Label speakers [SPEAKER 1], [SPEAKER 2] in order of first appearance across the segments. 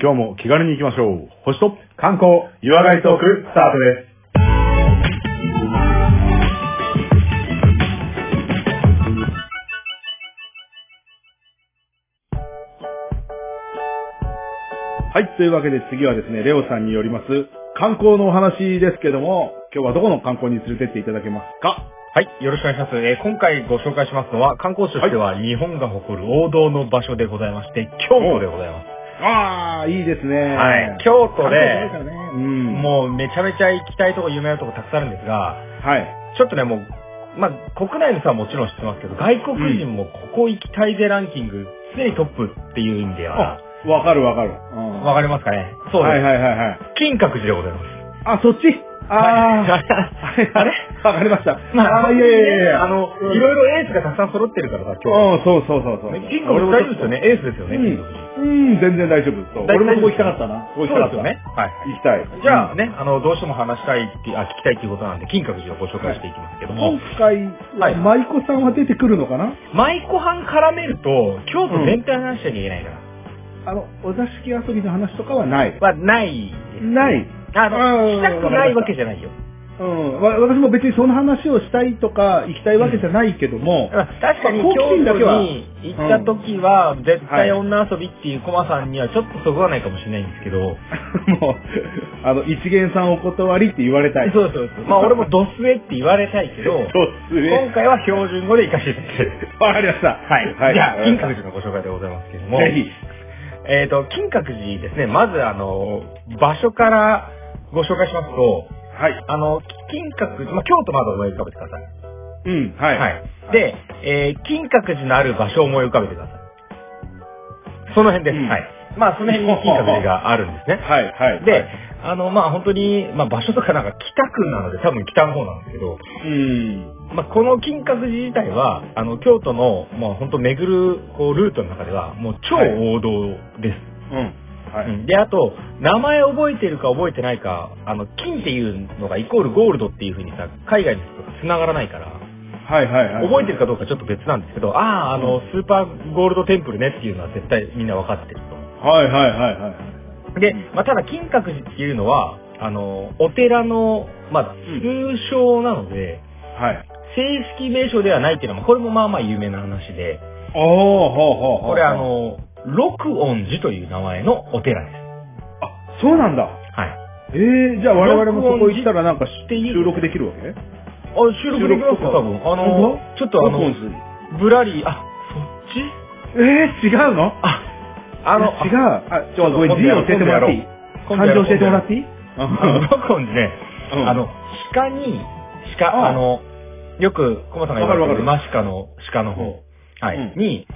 [SPEAKER 1] 今日も気軽に行きましょう。星と
[SPEAKER 2] 観光、岩貝トーク、スタートです。
[SPEAKER 1] はい、というわけで次はですね、レオさんによります、観光のお話ですけども、今日はどこの観光に連れてっていただけますか
[SPEAKER 2] はい、よろしくお願いします。えー今回ご紹介しますのは、観光地としては日本が誇る王道の場所でございまして、京都でございます。
[SPEAKER 1] ああ、いいですね。
[SPEAKER 2] はい、京都
[SPEAKER 1] 観光
[SPEAKER 2] で、
[SPEAKER 1] するからねうん。
[SPEAKER 2] もうめちゃめちゃ行きたいとこ、有名なとこたくさんあるんですが、
[SPEAKER 1] はい。
[SPEAKER 2] ちょっとね、もう、まあ、国内の人はもちろん知ってますけど、外国人もここ行きたいぜランキング、常にトップっていう意味では、
[SPEAKER 1] あ、わかるわかる。うん
[SPEAKER 2] わかりますかねそうです。
[SPEAKER 1] はいはいはいはい。
[SPEAKER 2] 金閣寺でございます。
[SPEAKER 1] あ、そっちあ
[SPEAKER 2] あ。
[SPEAKER 1] ー。
[SPEAKER 2] あれ
[SPEAKER 1] わかりました。
[SPEAKER 2] まあ、
[SPEAKER 1] あー、いやいやいや。
[SPEAKER 2] あの、いろいろエースがたくさん揃ってるからさ、今日。
[SPEAKER 1] うん、そうそうそうそう。
[SPEAKER 2] 金閣寺大丈夫ですよね。エースですよね、
[SPEAKER 1] うん
[SPEAKER 2] 金閣寺。
[SPEAKER 1] うん、全然大丈夫。そう
[SPEAKER 2] 大
[SPEAKER 1] 俺も
[SPEAKER 2] 丈夫
[SPEAKER 1] そこ行きたかったな。そこ行きたかった。。
[SPEAKER 2] はい。
[SPEAKER 1] 行きたい。
[SPEAKER 2] じゃあ
[SPEAKER 1] うん、
[SPEAKER 2] ね、あの、どうしても話したいって、あ、聞きたいっていうことなんで、金閣寺をご紹介していきますけど
[SPEAKER 1] 今、
[SPEAKER 2] も
[SPEAKER 1] 回は
[SPEAKER 2] は
[SPEAKER 1] い舞妓さんは出てくるのかな
[SPEAKER 2] 舞妓班絡めると、京都全体の話しちゃいけないから。
[SPEAKER 1] あの、お座敷遊びの話とかはない。
[SPEAKER 2] は、ないです。
[SPEAKER 1] ない。
[SPEAKER 2] あ
[SPEAKER 1] う
[SPEAKER 2] の、
[SPEAKER 1] ん
[SPEAKER 2] したくないわけじゃないよ。
[SPEAKER 1] うん。わ私も別にその話をしたいとか、行きたいわけじゃないけども、
[SPEAKER 2] 確かに
[SPEAKER 1] まあ
[SPEAKER 2] 京
[SPEAKER 1] 好奇心だけ
[SPEAKER 2] 都
[SPEAKER 1] は
[SPEAKER 2] に行った時は、絶対女遊びっていうコマさんにはちょっとそぐわないかもしれないんですけど、
[SPEAKER 1] もう、あの、一元さんお断りって言われたい。
[SPEAKER 2] そうそうそう。まあ俺もドスエって言われたいけど、
[SPEAKER 1] そうです
[SPEAKER 2] 今
[SPEAKER 1] ね。
[SPEAKER 2] 回は標準語で行かせていただきます。
[SPEAKER 1] わかりました。は
[SPEAKER 2] はい。じゃあ、金閣寺のご紹介でございますけども、
[SPEAKER 1] ぜ
[SPEAKER 2] えっ、と、金閣寺ですね、まずあの、場所からご紹介しますと、
[SPEAKER 1] ひ。はい。
[SPEAKER 2] あの、金閣寺、まあ、京都まで思い浮かべてください。
[SPEAKER 1] うん、はい。
[SPEAKER 2] で、えー金閣寺のある場所を思い浮かべてください。その辺です。
[SPEAKER 1] うん
[SPEAKER 2] はい。まあ、そ の辺に金閣寺があるんですね。
[SPEAKER 1] はい、はい。
[SPEAKER 2] で、あの、まあ、本当に、まあ、場所とかなんか北区なので、多分北の方なんですけど、
[SPEAKER 1] うん。
[SPEAKER 2] まあ、この金閣寺自体は、あの、京都の、まあ、本当巡る、こう、ルートの中では、もう超王道です。
[SPEAKER 1] うん。は
[SPEAKER 2] う
[SPEAKER 1] い。
[SPEAKER 2] んで、あと、名前覚えてるか覚えてないか、あの、金っていうのがイコールゴールドっていう風にさ、海外の人とか繋がらないから、
[SPEAKER 1] はい、はい、はい。
[SPEAKER 2] 覚えてるかどうかちょっと別なんですけど、ああ、あの、スーパーゴールドテンプルねっていうのは絶対みんな分かってると思
[SPEAKER 1] はい、はい、はい、はい。
[SPEAKER 2] う。で、まあ、ただ金閣寺っていうのは、あの、お寺の、まあ、通称なので、
[SPEAKER 1] はい。
[SPEAKER 2] 正式名称ではないっていうのも、これもまあまあ有名な話で、
[SPEAKER 1] おー、ほうほうほう。
[SPEAKER 2] これあ、の、六音寺という名前のお寺です。
[SPEAKER 1] あ、そうなんだ。
[SPEAKER 2] はい。
[SPEAKER 1] ええじゃあ我々もそこ行ったらなんか
[SPEAKER 2] ていう
[SPEAKER 1] 収録できるわけ
[SPEAKER 2] あ、収録できますか多分。あの
[SPEAKER 1] 本、
[SPEAKER 2] ちょっとあ
[SPEAKER 1] 録
[SPEAKER 2] の
[SPEAKER 1] 音、する
[SPEAKER 2] ぶらり、あ、そっち
[SPEAKER 1] ええ違うの
[SPEAKER 2] あ、あの、
[SPEAKER 1] 違う。あ、ちょ、ごめん、
[SPEAKER 2] 今度
[SPEAKER 1] 字
[SPEAKER 2] や
[SPEAKER 1] を
[SPEAKER 2] ろう
[SPEAKER 1] 教えてもらっていい漢
[SPEAKER 2] 今度や
[SPEAKER 1] 字
[SPEAKER 2] ろう
[SPEAKER 1] 教えてもらってい い
[SPEAKER 2] あの、 録音でね、
[SPEAKER 1] うん
[SPEAKER 2] あの、鹿に、
[SPEAKER 1] あ
[SPEAKER 2] 鹿、
[SPEAKER 1] あ
[SPEAKER 2] あの、よく、コマさんが言われてる、
[SPEAKER 1] わ
[SPEAKER 2] マシカの鹿の
[SPEAKER 1] うん
[SPEAKER 2] 方、は
[SPEAKER 1] うん
[SPEAKER 2] い、に、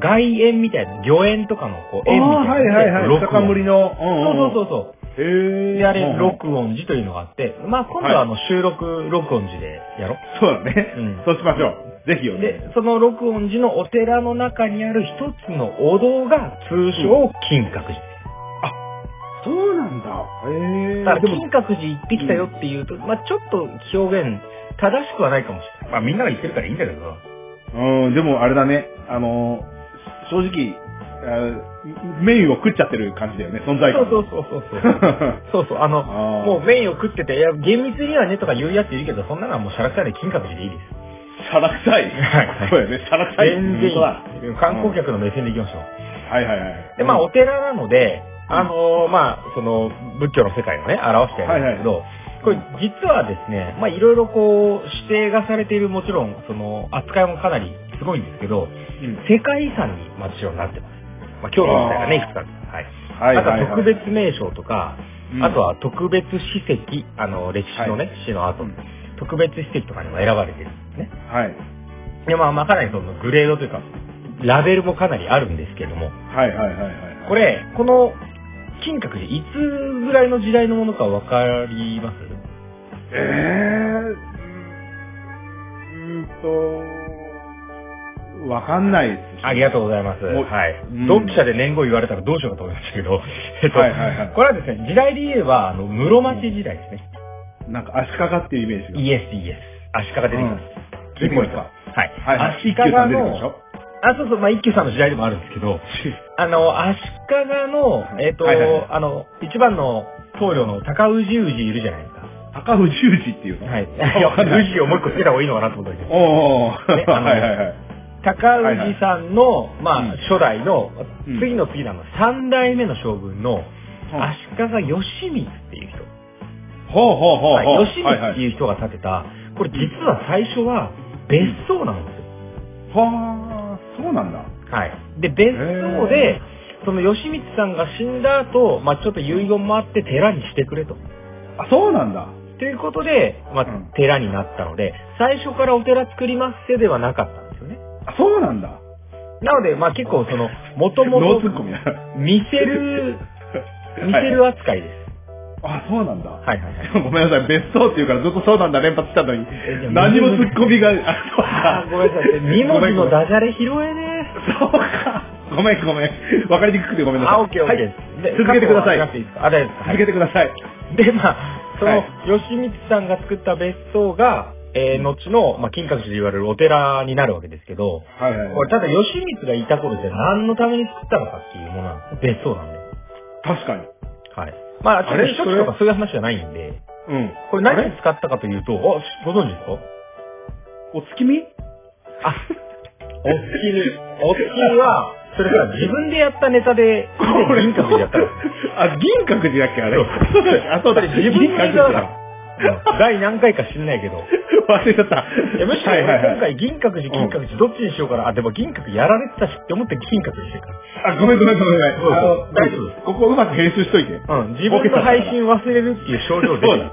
[SPEAKER 2] 外縁みたいな、魚縁とかの、こう、縁み
[SPEAKER 1] ああー、
[SPEAKER 2] た
[SPEAKER 1] はいい
[SPEAKER 2] な。
[SPEAKER 1] はいはい。
[SPEAKER 2] 録
[SPEAKER 1] 高
[SPEAKER 2] 音
[SPEAKER 1] 森の。
[SPEAKER 2] そうそううそうそう。
[SPEAKER 1] そう。へえ。
[SPEAKER 2] で、あれ、
[SPEAKER 1] 録
[SPEAKER 2] 録音寺というのがあって、まあ今度はあの、収録、録音寺でやろう。
[SPEAKER 1] そうだね
[SPEAKER 2] うん。
[SPEAKER 1] そうしましょう。ぜひよね。
[SPEAKER 2] で、その六音寺のお寺の中にある一つのお堂が通称金閣寺。
[SPEAKER 1] そうなんだ。へえ。
[SPEAKER 2] だから
[SPEAKER 1] でも、
[SPEAKER 2] 金閣寺行ってきたよっていうと、まあちょっと表現正しくはないかもしれない。まあみんなが言ってるからいいんだけど。
[SPEAKER 1] うん、でもあれだね。あのー、正直、あーメインを食っちゃってる感じだよね、存在
[SPEAKER 2] そ
[SPEAKER 1] 感。
[SPEAKER 2] う そうそうそうそう。そうそう、あの、
[SPEAKER 1] あー
[SPEAKER 2] もうメインを食ってて、いや、厳密にはねとか言うやついるけど、そんなのはもうシャラクタで金閣寺でいいです。
[SPEAKER 1] さらくさい。
[SPEAKER 2] はい
[SPEAKER 1] そうやね、さらくさい。
[SPEAKER 2] 全然い
[SPEAKER 1] 本
[SPEAKER 2] い
[SPEAKER 1] 当だ
[SPEAKER 2] 観光客の目線で行きましょう。
[SPEAKER 1] はいはいはい。
[SPEAKER 2] で、まあ、お
[SPEAKER 1] は
[SPEAKER 2] 寺なので、あのーまあ、その、仏教の世界をね、表してあるんですけど、これ、実はですね、まあ、いろいろこう、指定がされている、もちろん、その、扱いもかなりすごいんですけど、世界遺産に、まあ、一応なってます。まあ、京都自体がね、い
[SPEAKER 1] あー
[SPEAKER 2] くつか。はい。
[SPEAKER 1] い
[SPEAKER 2] あ
[SPEAKER 1] は
[SPEAKER 2] と
[SPEAKER 1] いは。
[SPEAKER 2] はい特別名称とか、
[SPEAKER 1] うん
[SPEAKER 2] あとは特別史跡、あの、歴史のね、史の後、
[SPEAKER 1] うん
[SPEAKER 2] 特別史跡とかにも選ばれてるんですね。
[SPEAKER 1] はい。
[SPEAKER 2] で、まあ、まあ、かなりその、グレードというか、ラベルもかなりあるんですけれども、
[SPEAKER 1] はいはいはいはい。
[SPEAKER 2] これ、この金閣寺、いつぐらいの時代のものかわかります
[SPEAKER 1] えー、うーんうーんと、わかんないです。
[SPEAKER 2] ありがとうございます。
[SPEAKER 1] もう
[SPEAKER 2] はい
[SPEAKER 1] うん。
[SPEAKER 2] ドンピシャで年号言われたらどうしようかと思いました けど、えっと、
[SPEAKER 1] はいはいはい
[SPEAKER 2] これはですね、時代で言えば、あの、室町時代ですね。
[SPEAKER 1] なんか足利っていうイメージが。
[SPEAKER 2] イエスイエス。足利出てきます。
[SPEAKER 1] うん
[SPEAKER 2] キーポイ
[SPEAKER 1] 出て
[SPEAKER 2] ント
[SPEAKER 1] きま
[SPEAKER 2] はい。
[SPEAKER 1] はいはい
[SPEAKER 2] 足利
[SPEAKER 1] 一休さん出てくるでし
[SPEAKER 2] の
[SPEAKER 1] ょ、
[SPEAKER 2] あ、そうそう、まあ、一休さんの時代でもあるんですけど、あの、足利の、えっ、と、
[SPEAKER 1] はいはいはい
[SPEAKER 2] あの、一番の棟梁の高氏氏いるじゃないですか。
[SPEAKER 1] 高藤十字って いうの
[SPEAKER 2] はい。
[SPEAKER 1] わかんない
[SPEAKER 2] 氏をもう一個つけた方がいいのかなと思ったけど。
[SPEAKER 1] おお、
[SPEAKER 2] ねあの
[SPEAKER 1] はいはいはい。
[SPEAKER 2] 高氏さんの、まあ
[SPEAKER 1] うん、
[SPEAKER 2] 初代の
[SPEAKER 1] うん、
[SPEAKER 2] 次の次なの、三代目の将軍の、足利義満っていう人。
[SPEAKER 1] ほうほうほう
[SPEAKER 2] はい
[SPEAKER 1] ほう。
[SPEAKER 2] 義満って
[SPEAKER 1] う。
[SPEAKER 2] いう人が建てた、これ実は最初は別荘なんですよ。
[SPEAKER 1] はあ、そうなんだ。
[SPEAKER 2] はい。で、別荘
[SPEAKER 1] へ
[SPEAKER 2] で、その義満さんが死んだ後、まあちょっと遺言もあって寺にしてくれと。
[SPEAKER 1] あ、そうなんだ。
[SPEAKER 2] ということで、まあ
[SPEAKER 1] うん
[SPEAKER 2] 寺になったので、最初からお寺作りますせではなかったんですよね。
[SPEAKER 1] あ、そうなんだ。
[SPEAKER 2] なので、まあ結構その、もと も
[SPEAKER 1] ノー
[SPEAKER 2] と
[SPEAKER 1] ツッコミだ。は
[SPEAKER 2] 見せ る、見せる扱いです。
[SPEAKER 1] あ、そうなんだ。
[SPEAKER 2] はいはいはい。
[SPEAKER 1] ごめんなさい、別荘っていうからずっとそうなんだ連発したのに
[SPEAKER 2] いや、
[SPEAKER 1] 何もツッコミが、あ、そう
[SPEAKER 2] あ
[SPEAKER 1] か
[SPEAKER 2] ー。ごめんなさ い。二文字のダジャレ拾えね
[SPEAKER 1] そうか。ごめんごめん。わかりにくくてごめんなさい。
[SPEAKER 2] あ、オッケーオッケー
[SPEAKER 1] はい
[SPEAKER 2] ですで。
[SPEAKER 1] 続けてください
[SPEAKER 2] 過去はなくていいですかあ、大丈夫です。は
[SPEAKER 1] 続
[SPEAKER 2] い
[SPEAKER 1] けてください。
[SPEAKER 2] で、まあ、そ
[SPEAKER 1] は
[SPEAKER 2] の
[SPEAKER 1] い、
[SPEAKER 2] 吉光さんが作った別荘が、えー、後の、まあ、金閣寺で言われるお寺になるわけですけど、
[SPEAKER 1] はいはい
[SPEAKER 2] こ
[SPEAKER 1] はい
[SPEAKER 2] れ、。ただ吉光がいた頃って何のために作ったのかっていうものなんです別荘なんで。
[SPEAKER 1] 確かに。
[SPEAKER 2] はい。まあ、ちょ
[SPEAKER 1] あ
[SPEAKER 2] っと
[SPEAKER 1] れ
[SPEAKER 2] 避暑地とかそういう話じゃないんで、
[SPEAKER 1] うん。
[SPEAKER 2] これ何に使ったかというと、おご存知ですか
[SPEAKER 1] お月見
[SPEAKER 2] あ、おっきり。おっきりは、それから自分でやったネタで、以前銀閣寺やっ たんです
[SPEAKER 1] あ、銀閣寺だっけあれ。
[SPEAKER 2] そう
[SPEAKER 1] あ、そうだ、
[SPEAKER 2] 自分のネタだか
[SPEAKER 1] だ。
[SPEAKER 2] ら。第何回か知んないけど。
[SPEAKER 1] 忘れちゃった。
[SPEAKER 2] いやむしろ
[SPEAKER 1] はいはい
[SPEAKER 2] 俺今
[SPEAKER 1] はい。
[SPEAKER 2] 回銀閣寺、金閣寺、どっちにしようかな。あ、でも銀閣やられてたしって思って金閣にしてるか
[SPEAKER 1] あ、ごめんごめんごめんごめん。
[SPEAKER 2] そうそう
[SPEAKER 1] あの大丈夫です。ここうまく編集しといて。
[SPEAKER 2] ら。うん。自分の配信忘れるっていう症状で。
[SPEAKER 1] そうだ。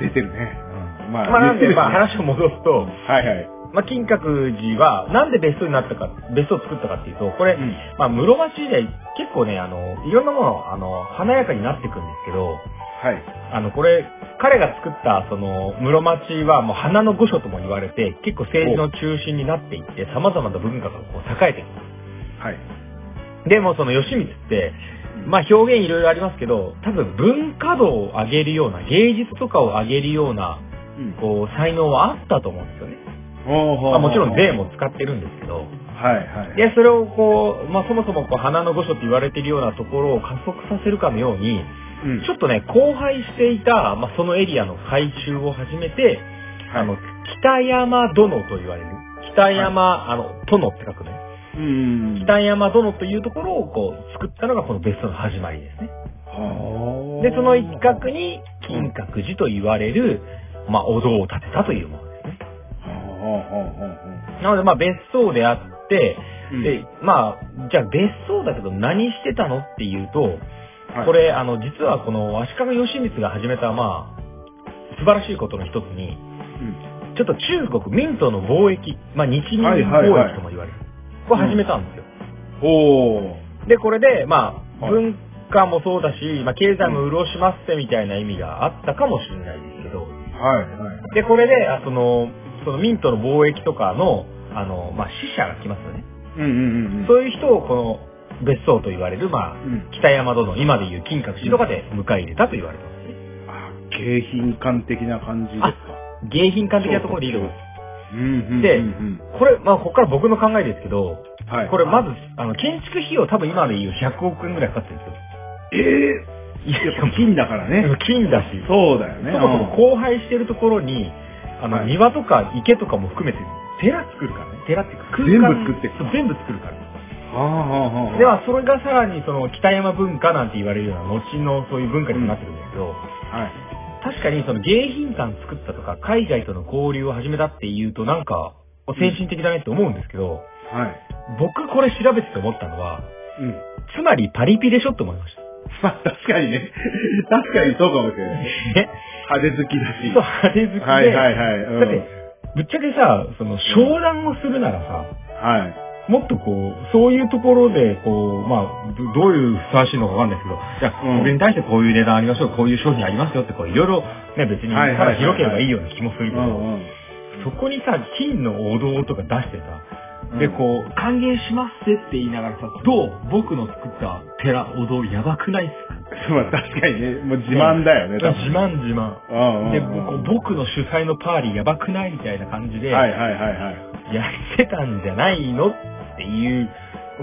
[SPEAKER 1] 出てるね。
[SPEAKER 2] うん。
[SPEAKER 1] ま
[SPEAKER 2] ま
[SPEAKER 1] あ
[SPEAKER 2] あな
[SPEAKER 1] 言っ
[SPEAKER 2] ん
[SPEAKER 1] てる
[SPEAKER 2] で、
[SPEAKER 1] しね
[SPEAKER 2] まあ話を戻すと、
[SPEAKER 1] はいはい。
[SPEAKER 2] まあ金閣寺は、なんで別荘になったか、別荘を作ったかっていうと、これ、
[SPEAKER 1] うん
[SPEAKER 2] まあ室町時代、結構ね、あの、いろんなもの、あの、華やかになっていくんですけど、
[SPEAKER 1] はい。
[SPEAKER 2] あの、これ、彼が作った、その、室町はもう花の御所とも言われて、結構政治の中心になっていって、様々な文化がこう栄えていく。
[SPEAKER 1] はい。
[SPEAKER 2] でもその吉光って、まあ表現いろいろありますけど、多分文化度を上げるような、芸術とかを上げるような、
[SPEAKER 1] うん
[SPEAKER 2] こう、才能はあったと思うんですよね。
[SPEAKER 1] ほうほうほう
[SPEAKER 2] まあもちろん税も使ってるんですけど、
[SPEAKER 1] はいはい。
[SPEAKER 2] で、それをこう、まあそもそもこう、花の御所って言われてるようなところを加速させるかのように、
[SPEAKER 1] うん
[SPEAKER 2] ちょっとね、荒廃していた、まあそのエリアの改修を始めて、あの、、北山殿と言われる。北山、あの、殿って書くね。
[SPEAKER 1] うん。
[SPEAKER 2] 北山殿というところをこう作ったのがこの別荘の始まりですね。
[SPEAKER 1] ほう
[SPEAKER 2] で、その一角。に金閣寺と言われる、まあ、お堂を建てたというものですね。
[SPEAKER 1] ほうほうほうほうほう
[SPEAKER 2] なので、まあ、別荘であって、
[SPEAKER 1] うん
[SPEAKER 2] で、まあ、じゃあ別荘だけど何してたのっていうと、
[SPEAKER 1] はい
[SPEAKER 2] これ、あの、実はこの足利義満が始めた、まあ、素晴らしいことの一つに、
[SPEAKER 1] うん
[SPEAKER 2] ちょっと中国、民との貿易、まあ、日銀貿
[SPEAKER 1] はいはいはい
[SPEAKER 2] 易とも言われる。これ始めたんですよ。
[SPEAKER 1] ほう。
[SPEAKER 2] で、これで、まあ、
[SPEAKER 1] はい
[SPEAKER 2] 文化もそうだし、まあ、経済も潤しますってみたいな意味があったかもしれないですけど、
[SPEAKER 1] はいはい。
[SPEAKER 2] で、これで、あその、その民との貿易とかの、あの、まあ、死者が来ますよね。
[SPEAKER 1] うんうんうんうん。
[SPEAKER 2] そういう人を、この、別荘と言われる、まあ、
[SPEAKER 1] うん
[SPEAKER 2] 北山殿、今でいう金閣寺とかで迎え入れたと言われてますね。
[SPEAKER 1] あ、景品感的な感じですか。
[SPEAKER 2] 迎賓館的なところでいいと思いま
[SPEAKER 1] うんうんうん。
[SPEAKER 2] で
[SPEAKER 1] うん
[SPEAKER 2] す。これ、まあ、ここから僕の考えですけど、
[SPEAKER 1] はい。
[SPEAKER 2] これまず、あの、建築費用多分今でいう100億円ぐらいかかってるんですよ。
[SPEAKER 1] ええー。いや、金だからね。
[SPEAKER 2] 金だし、
[SPEAKER 1] そうだよね。
[SPEAKER 2] そもそも荒廃してるところに、あ
[SPEAKER 1] は
[SPEAKER 2] の、
[SPEAKER 1] い
[SPEAKER 2] 庭とか池とかも含めて、寺作るからね。寺っていうか空間
[SPEAKER 1] 全部作ってく
[SPEAKER 2] そう全部作るから。
[SPEAKER 1] うんはあはあはあ。
[SPEAKER 2] では、それがさらにその北山文化なんて言われるような後のそういう文化にもなってるんですけど、
[SPEAKER 1] はい。
[SPEAKER 2] 確かにその迎賓館作ったとか、海外との交流を始めたっていうとなんか、精神的だねって思うんですけど、
[SPEAKER 1] はい。
[SPEAKER 2] 僕これ調べてて思ったのは、
[SPEAKER 1] うん。
[SPEAKER 2] つまりパリピでしょって思いました。
[SPEAKER 1] まあ、確かにね。 確かにそうかもしれない。
[SPEAKER 2] え
[SPEAKER 1] 派手好きだし。
[SPEAKER 2] そう、派手好きで。
[SPEAKER 1] はいはいはい。うん
[SPEAKER 2] だって、ぶっちゃけさ、その商談をするならさ、
[SPEAKER 1] はい。
[SPEAKER 2] もっとこう、そういうところで、こう、まあ、どどういうふさわしいのかわかんないですけど、じゃあ、
[SPEAKER 1] うん
[SPEAKER 2] これに対してこういう値段ありますよ、こういう商品ありますよって、こう、いろいろ、ね、別に、た
[SPEAKER 1] はいはいはいは
[SPEAKER 2] だ
[SPEAKER 1] い
[SPEAKER 2] 広ければいいような気もするけ
[SPEAKER 1] う
[SPEAKER 2] ど、
[SPEAKER 1] んうん。
[SPEAKER 2] そこにさ、金の王道とか出してさ、で、
[SPEAKER 1] うん
[SPEAKER 2] こう、歓迎しますってって言いながらさ、どう僕の作った寺、お堂、やばくないっすか
[SPEAKER 1] まあ確かにね、もう自慢だよね、多分
[SPEAKER 2] 自。慢自慢。
[SPEAKER 1] うんうんうん
[SPEAKER 2] で、僕僕の主催のパーリーやばくないみたいな感じで、
[SPEAKER 1] はいはいはいはい。
[SPEAKER 2] やってたんじゃないのっっていう、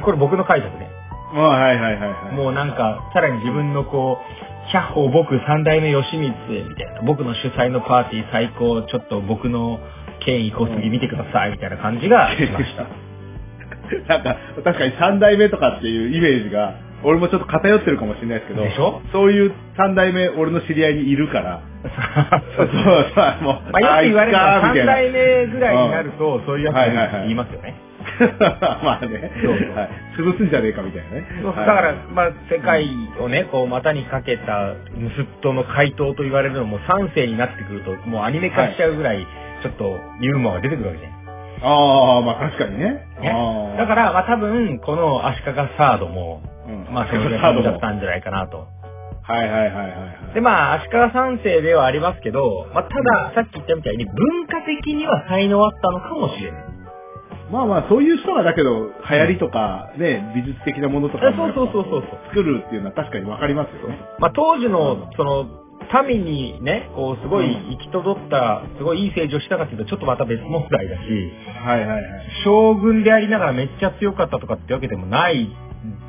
[SPEAKER 2] これ僕の解釈ね。
[SPEAKER 1] あはいはいはいはい。
[SPEAKER 2] もうなんか、さらに自分のこう、百歩僕三代目吉光みたいな、僕の主催のパーティー最高、ちょっと僕の権威濃すぎ見てください、みたいな感じがしました。
[SPEAKER 1] なんか、確かに三代目とかっていうイメージが、俺もちょっと偏ってるかもしれないですけど、
[SPEAKER 2] でしょ
[SPEAKER 1] そういう三代目、俺の知り合いにいるから、、
[SPEAKER 2] そうそう
[SPEAKER 1] そう、も
[SPEAKER 2] う、まあ、よく言われる3代目ぐらいになると、そういうやつ言いますよね。
[SPEAKER 1] まあね、
[SPEAKER 2] そう
[SPEAKER 1] はい、潰すんじゃねえかみたいなね。
[SPEAKER 2] そうだから、まあ、世界をね、こう、股にかけた、ムスッとの回答と言われるのも3世になってくると、もうアニメ化しちゃうぐらい、ちょっとユーモアが出てくるわけじゃん。
[SPEAKER 1] ああ、まあ確かにね。
[SPEAKER 2] ねだから、まあ多分、この足利サードも、うん、まあそれで飛んじゃったんじゃないかなと。
[SPEAKER 1] はいはいはいはい。
[SPEAKER 2] で、まあ、足利三世ではありますけど、まあ、ただ、さっき言ったみたいに、文化的には才能あったのかもしれない。
[SPEAKER 1] まあまあ、そういう人がだけど、流行りとか、ね、美術的なものとか
[SPEAKER 2] そうそうそうそう。
[SPEAKER 1] 作るっていうのは確かにわかりますよね。
[SPEAKER 2] まあ、当時の、その、民にね、こう、すごい行き届った、すごいいい政治をしたかっていうと、ちょっとまた別問題だし、
[SPEAKER 1] はいはいはい。
[SPEAKER 2] 将軍でありながらめっちゃ強かったとかってわけでもない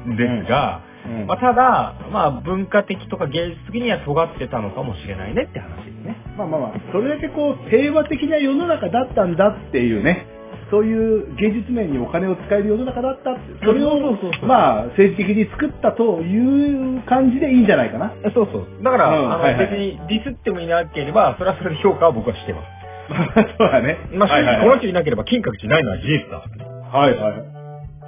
[SPEAKER 2] んですが、うんうん、まあ、ただ、まあ、文化的とか芸術的には尖ってたのかもしれないねって話ですね。
[SPEAKER 1] まあまあまあ、それだけこう、平和的な世の中だったんだっていうね、そういう芸術面にお金を使える世の中だったって、それを、まあ、政治的に作ったという感じでいいんじゃないかな。
[SPEAKER 2] そうそう。だから、うん、あの、はいはい、別にディスってもいなければ、それはそれで評価は僕はしてます。
[SPEAKER 1] そうだね。
[SPEAKER 2] まあ、はいはい、この人いなければ金閣寺ないのは事実だ。
[SPEAKER 1] はいはい。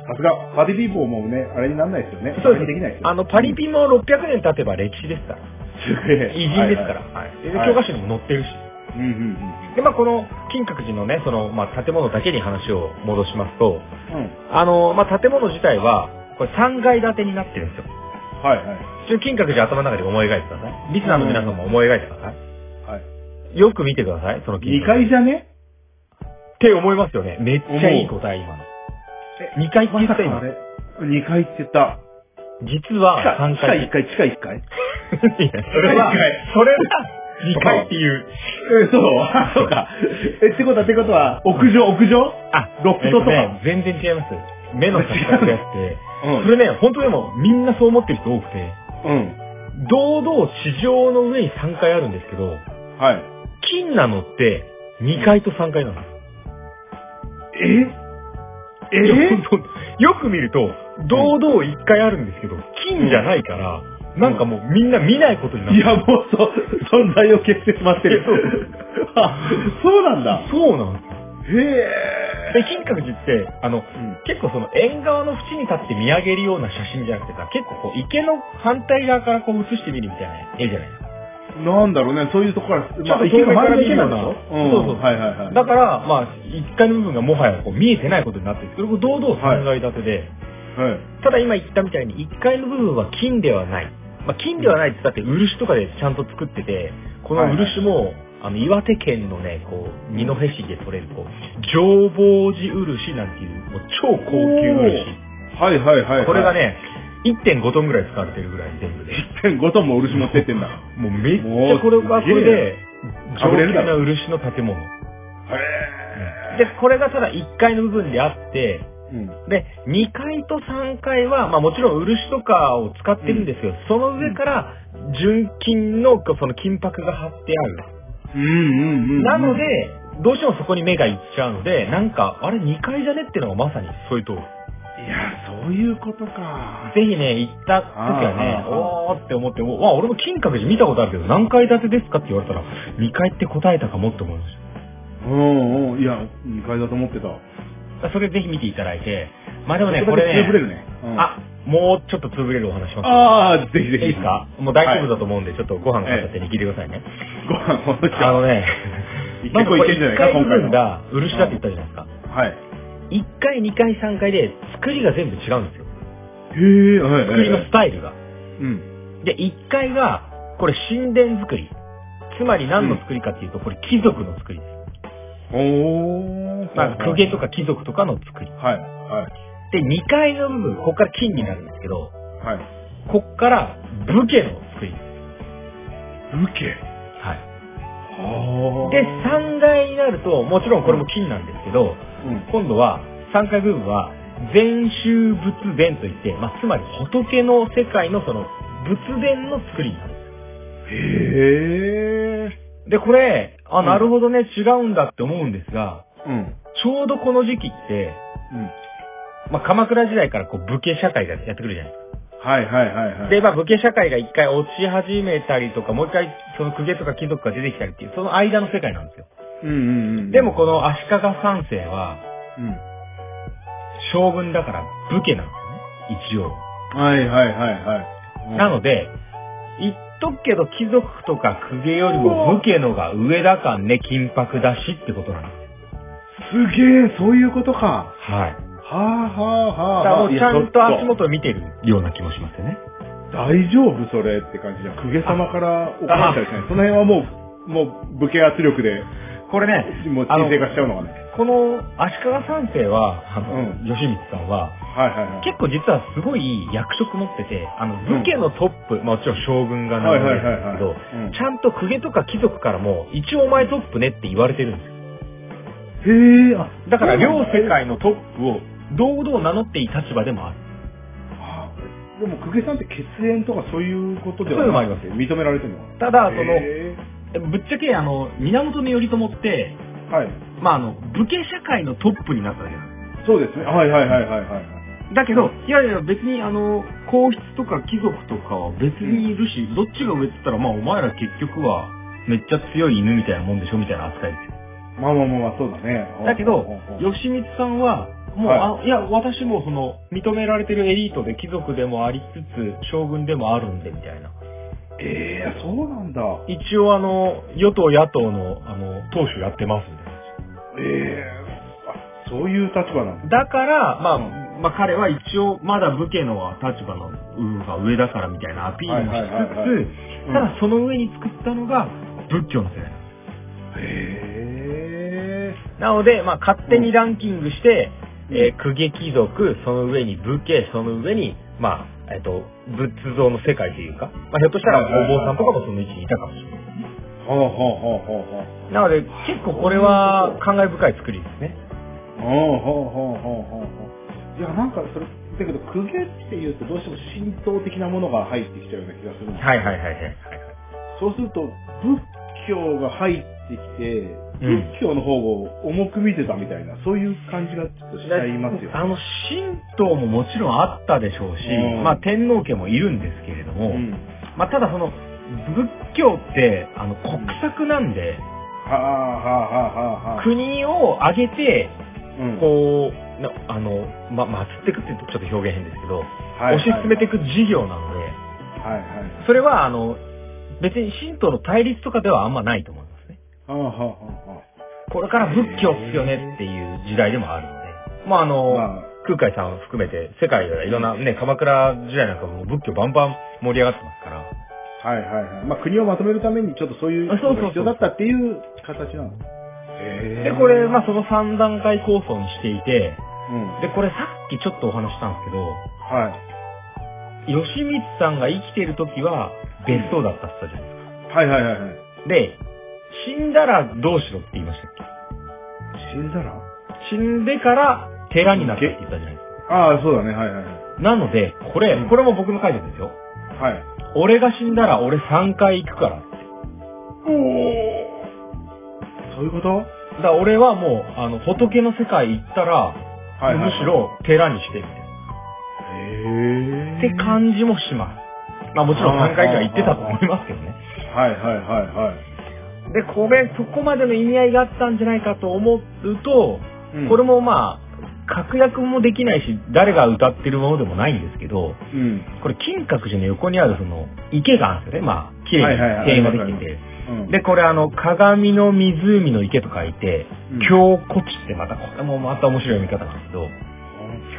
[SPEAKER 1] さすが、パリピーポーもね、あれにならないですよね。
[SPEAKER 2] そうです。
[SPEAKER 1] できないです
[SPEAKER 2] あの、パリピも600年経てば歴史ですから。
[SPEAKER 1] すげ
[SPEAKER 2] え。偉人ですから。はい、はい、教科書にも載ってるし。
[SPEAKER 1] うんうんうん、
[SPEAKER 2] で、まあ、この金閣寺のね、その、まあ、建物だけに話を戻しますと、うん、あの、まあ、建物自体は、これ3階建てになってるんですよ。
[SPEAKER 1] はいはい。
[SPEAKER 2] 一応金閣寺頭の中で思い描いてください。リスナーの皆さんも思い描いてください。。
[SPEAKER 1] はい
[SPEAKER 2] よく見てください、その
[SPEAKER 1] 金閣寺。2階じゃね
[SPEAKER 2] って思いますよね。めっちゃいい答え、今の。え、2階って言った今。
[SPEAKER 1] 2階って言った。
[SPEAKER 2] 実は3
[SPEAKER 1] 階。地下1階、地下1階
[SPEAKER 2] いや、それは、それは、2階っていう。
[SPEAKER 1] え、そうあ、そうか。え、ってことは、ってことは、屋上、屋上
[SPEAKER 2] あ、
[SPEAKER 1] ロフトとか、
[SPEAKER 2] ね、全然違います。目の錯覚があって、 うん、それね、本当でもみんなそう思ってる人多くて、
[SPEAKER 1] うん。
[SPEAKER 2] 堂々地上の上に3階あるんですけど、
[SPEAKER 1] はい。
[SPEAKER 2] 金なのって2階と3階なんです。
[SPEAKER 1] ええ
[SPEAKER 2] よく見ると、堂々1階あるんですけど、金じゃないから、うんなんかもうみんな見ないことになって
[SPEAKER 1] る。いやもうそ、存在を消してしまってる。そうなんだ。。
[SPEAKER 2] そうなんです
[SPEAKER 1] へ
[SPEAKER 2] え。で、金閣寺って、あの、うん、結構その縁側の縁に立って見上げるような写真じゃなくてさ、結構こう池の反対側からこう映してみるみたいな絵じゃないですか。
[SPEAKER 1] なんだろうね、そういうところから、
[SPEAKER 2] ちょっと池の前の池なんだろ、
[SPEAKER 1] うん、そうそう、はいはいはい。
[SPEAKER 2] だから、まあ、1階の部分がもはやこう見えてないことになってる。それも堂々3階建てで、
[SPEAKER 1] はい、
[SPEAKER 2] ただ今言ったみたいに1階の部分は金ではない。まあ、金ではないってだって漆とかでちゃんと作ってて、この漆も、あの、岩手県のね、こう、二戸市で取れる、こう、浄法寺漆なんていう、もう超高級漆。
[SPEAKER 1] はいはいはい、はい、
[SPEAKER 2] こ れがね、1.5トンぐらい使われてるぐらい全部で。
[SPEAKER 1] 1.5トンも漆持ってってんだ。
[SPEAKER 2] もうめっちゃこれはこれで、上級な漆の建物。へで、これがただ1階の部分であって、うん、で、2階と3階は、まあもちろん漆とかを使ってるんですけど、うん、その上から、純金の、その金箔が貼ってある。
[SPEAKER 1] うんうんうん、うん、
[SPEAKER 2] なので、どうしてもそこに目がいっちゃうので、なんか、あれ2階じゃねってのがまさにそういう通り。
[SPEAKER 1] いや、そういうことか。。
[SPEAKER 2] ぜひね、行った時はね、おーって思って、わ、俺も金閣寺見たことあるけど、何階建てですかって言われたら、2階って答えたかもって思いまし
[SPEAKER 1] う
[SPEAKER 2] た
[SPEAKER 1] んうん、いや、2階だと思ってた。
[SPEAKER 2] それぜひ見ていただいて。まあでもね、これ
[SPEAKER 1] ね。潰れるね。
[SPEAKER 2] うん、あ、もうちょっと潰れるお話します。
[SPEAKER 1] ああ、ぜひぜひ。
[SPEAKER 2] いいですかもう大丈夫だと思うんで、ちょっとご飯片手に聞いてくださいね。
[SPEAKER 1] ご飯
[SPEAKER 2] をあのね、
[SPEAKER 1] 結構いけるんじゃないか、今回。
[SPEAKER 2] が漆だって言ったじゃないですか。
[SPEAKER 1] はい。
[SPEAKER 2] 1回、2回、3回で作りが全部違うんですよ。
[SPEAKER 1] へえ、はい。
[SPEAKER 2] 作りのスタイルが。
[SPEAKER 1] うん。
[SPEAKER 2] で、1回が、これ神殿作り。つまり何の作りかっていうと、これ貴族の作りです。
[SPEAKER 1] お
[SPEAKER 2] ー。まあ、公家とか貴族とかの作り。
[SPEAKER 1] はい。はい。
[SPEAKER 2] で、2階の部分、ここから金になるんですけど、
[SPEAKER 1] はい。
[SPEAKER 2] ここから武家の作り。
[SPEAKER 1] 武家
[SPEAKER 2] はい。
[SPEAKER 1] は
[SPEAKER 2] で、3階になると、もちろんこれも金なんですけど、うん、今度は、3階部分は禅宗仏伝といって、まあ、つまり仏の世界のその仏伝の作りになるんで
[SPEAKER 1] へえ。
[SPEAKER 2] す。で、これ、
[SPEAKER 1] う
[SPEAKER 2] あ、
[SPEAKER 1] ん
[SPEAKER 2] なるほどね、違うんだって思うんですが、
[SPEAKER 1] うん。
[SPEAKER 2] ちょうどこの時期って、
[SPEAKER 1] うん。
[SPEAKER 2] まあ、鎌倉時代からこう武家社会がやってくるじゃないです
[SPEAKER 1] はいはいはいは
[SPEAKER 2] か。
[SPEAKER 1] い。
[SPEAKER 2] で、まあ、武家社会が一回落ち始めたりとか、もう一回その公家とか貴族が出てきたりっていう、その間の世界なんですよ。
[SPEAKER 1] うんうんうん。
[SPEAKER 2] でもこの足利三世は、
[SPEAKER 1] うん。
[SPEAKER 2] 将軍だから武家なんですよね、
[SPEAKER 1] はいはいはいは
[SPEAKER 2] 一
[SPEAKER 1] い。
[SPEAKER 2] 応。なので、言っとくけど貴族とか公家よりも武家のが上だかんね、金箔だしってことなんですよ。
[SPEAKER 1] すげえ、そういうことか。
[SPEAKER 2] はい。
[SPEAKER 1] はあはあ
[SPEAKER 2] だ
[SPEAKER 1] は
[SPEAKER 2] から
[SPEAKER 1] あは
[SPEAKER 2] も
[SPEAKER 1] あ。
[SPEAKER 2] うちゃんと足元を見てるような気もしますよね。
[SPEAKER 1] 大丈夫それって感じじゃん。公家様から怒られたりしない。その辺はもう、もう武家圧力で、
[SPEAKER 2] これね、
[SPEAKER 1] もう沈静化しちゃうのかね。
[SPEAKER 2] この足利三世は、あの、
[SPEAKER 1] うん
[SPEAKER 2] 吉光さんは、
[SPEAKER 1] はいはいはい。
[SPEAKER 2] 結構実はすごい役職持ってて、あの、武家のトップ、まあもちろん将軍が名
[SPEAKER 1] はいは
[SPEAKER 2] 乗
[SPEAKER 1] い
[SPEAKER 2] り
[SPEAKER 1] は
[SPEAKER 2] な
[SPEAKER 1] い
[SPEAKER 2] んですけど、
[SPEAKER 1] はい。うん
[SPEAKER 2] ちゃんと公家とか貴族からも、一応お前トップねって言われてるんですよ。
[SPEAKER 1] へえ、あ、
[SPEAKER 2] だから
[SPEAKER 1] そう
[SPEAKER 2] 両
[SPEAKER 1] なんだ
[SPEAKER 2] 世。界のトップを堂々名乗っていい立場でもある。
[SPEAKER 1] あでも、公家さんって血縁とかそういうことで
[SPEAKER 2] そういうのも
[SPEAKER 1] は
[SPEAKER 2] あり
[SPEAKER 1] な
[SPEAKER 2] ま
[SPEAKER 1] く
[SPEAKER 2] す
[SPEAKER 1] て
[SPEAKER 2] よ
[SPEAKER 1] 認められてるの
[SPEAKER 2] ただ、そ
[SPEAKER 1] へ
[SPEAKER 2] の、ぶっちゃけ、あの、源頼朝って、
[SPEAKER 1] えはい。
[SPEAKER 2] まあ、あの、武家社会のトップになったわけです。
[SPEAKER 1] そうですね。はいはいはいはいはい。
[SPEAKER 2] だけど、いやいや、別に、あの、皇室とか貴族とかは別にいるし、どっちが上って言ったら、まあ、お前ら結局は、めっちゃ強い犬みたいなもんでしょみたいな扱いですよ
[SPEAKER 1] まあまあまあまあ、そうだね。
[SPEAKER 2] だけど
[SPEAKER 1] うんうんうん、
[SPEAKER 2] 吉光さんは、もう、
[SPEAKER 1] は
[SPEAKER 2] あ、いや、私もその、認められてるエリートで貴族でもありつつ、将軍でもあるんで、みたいな。
[SPEAKER 1] ええそうなんだ。
[SPEAKER 2] 一応、あの、与党野党の、あの、党首やってますんで。
[SPEAKER 1] ええあ、そういう立場なんだ。
[SPEAKER 2] だから、まあ、
[SPEAKER 1] う
[SPEAKER 2] まあ彼は一応、まだ武家のは立場のうんが上だからみたいなアピールもし
[SPEAKER 1] はいはいはいは
[SPEAKER 2] つつ、ただその上に作ったのが仏教の世界なんで
[SPEAKER 1] へえ。
[SPEAKER 2] す。なので、まあ勝手にランキングして、
[SPEAKER 1] うん
[SPEAKER 2] えー、公家貴族、その上に武家、その上に、まあ、えっ、と、仏像の世界というか、まあひょっとしたらお坊さんとかもその位置にいたかもしれない。
[SPEAKER 1] はあはあはあはあはあ。
[SPEAKER 2] なので、結構これは感慨深い作りですね。
[SPEAKER 1] ああ、はあはあはあはあ。いや、なんかそれ、だけど、公家っていうとどうしても神道的なものが入ってきちゃうような気がするんです
[SPEAKER 2] はいはいはいはいはい。
[SPEAKER 1] そうすると、仏教が入ってきて、
[SPEAKER 2] うん
[SPEAKER 1] 仏教の方を重く見てたみたいな、そういう感じがちょっとしちゃいますよ。
[SPEAKER 2] あの、神道ももちろんあったでしょうし、
[SPEAKER 1] うん
[SPEAKER 2] まあ天皇家もいるんですけれど
[SPEAKER 1] う
[SPEAKER 2] も、
[SPEAKER 1] ん。
[SPEAKER 2] まあただその、仏教って、あの、国策なんで、
[SPEAKER 1] はあはあはあはあはあ。
[SPEAKER 2] 国を挙げて、
[SPEAKER 1] うん
[SPEAKER 2] こう、なあの、ま、祀っていくって言うとちょっと表現変ですけど、
[SPEAKER 1] はい
[SPEAKER 2] 推し進めていく事業なので、
[SPEAKER 1] はいはい。
[SPEAKER 2] それはあの、別に神道の対立とかではあんまないと思いますね。
[SPEAKER 1] はあはあは
[SPEAKER 2] これから仏教っすよねっていう時代でもあるので、まああ
[SPEAKER 1] あ
[SPEAKER 2] の、
[SPEAKER 1] はあ。まあ、
[SPEAKER 2] 空海さんを含めて、世界がいろんなね、鎌倉時代なんかもう仏教バンバン盛り上がってますから。
[SPEAKER 1] はいはいはい。まあ国をまとめるためにちょっとそういう
[SPEAKER 2] あそう
[SPEAKER 1] の
[SPEAKER 2] そ
[SPEAKER 1] が
[SPEAKER 2] うそう
[SPEAKER 1] 必要だったっていう形なの。へ
[SPEAKER 2] で、これ、まあその3段階構想にしていて、
[SPEAKER 1] うん。
[SPEAKER 2] で、これさっきちょっとお話ししたんです
[SPEAKER 1] はい。
[SPEAKER 2] けど、吉光さんが生きている時は別荘だったって言ったじゃないで
[SPEAKER 1] はいはいはいはい。
[SPEAKER 2] すか。で、死んだらどうしろって言いましたっ
[SPEAKER 1] 死んだら
[SPEAKER 2] け死んでから寺になったって言ったじゃないです
[SPEAKER 1] ああ、そうだね。はいはいはい。
[SPEAKER 2] か。なので、これ、これも僕の解釈ですよ。
[SPEAKER 1] はい。
[SPEAKER 2] 俺が死んだら俺3回行くから。
[SPEAKER 1] おお。そういうことは
[SPEAKER 2] だから俺はもう、あの、仏の世界行ったら、
[SPEAKER 1] いはい、はい。
[SPEAKER 2] むし。ろ寺にしてみたいな。
[SPEAKER 1] へえ。
[SPEAKER 2] って感じもします。まあもちろん3回以上行ってたと思いますけどね。
[SPEAKER 1] はいはいはいはい。
[SPEAKER 2] で、これ、そこまでの意味合いがあったんじゃないかと思うと、
[SPEAKER 1] うん
[SPEAKER 2] これもまあ、確約もできないし、誰が歌ってるものでもないんですけど、
[SPEAKER 1] うん。
[SPEAKER 2] これ、金閣寺の横にあるその、池があるんですよね。まあ、綺麗
[SPEAKER 1] はいはいは
[SPEAKER 2] に
[SPEAKER 1] い
[SPEAKER 2] 庭園ができてて。
[SPEAKER 1] うん。
[SPEAKER 2] で、これあの、鏡の湖の池と書いて、
[SPEAKER 1] うん
[SPEAKER 2] 京古地ってまた、これもまた面白い読み方なんですけど、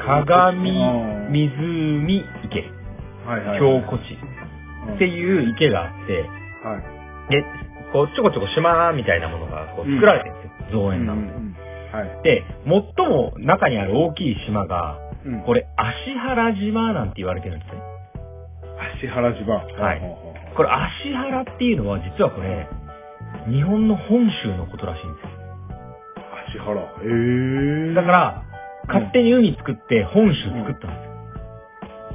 [SPEAKER 2] 鏡、
[SPEAKER 1] うん
[SPEAKER 2] 湖、池、
[SPEAKER 1] はいはい。
[SPEAKER 2] 京古地
[SPEAKER 1] うん
[SPEAKER 2] っていう池があって、
[SPEAKER 1] はい。
[SPEAKER 2] で、こう、ちょこちょこ島みたいなものがこう作られてるんですよ。造園な
[SPEAKER 1] うん
[SPEAKER 2] ので。
[SPEAKER 1] うんはい。
[SPEAKER 2] で、最も中にある大きい島が、
[SPEAKER 1] うん
[SPEAKER 2] これ、芦原島なんて言われてるんですね。
[SPEAKER 1] 芦原島。
[SPEAKER 2] はい
[SPEAKER 1] ほうほうほう
[SPEAKER 2] これ、芦原っていうのは、実はこれ、日本の本州のことらしいんです
[SPEAKER 1] 芦
[SPEAKER 2] よ。
[SPEAKER 1] 原。へえ。
[SPEAKER 2] だか、ら、勝手にウニ作って本州作ったんですよ。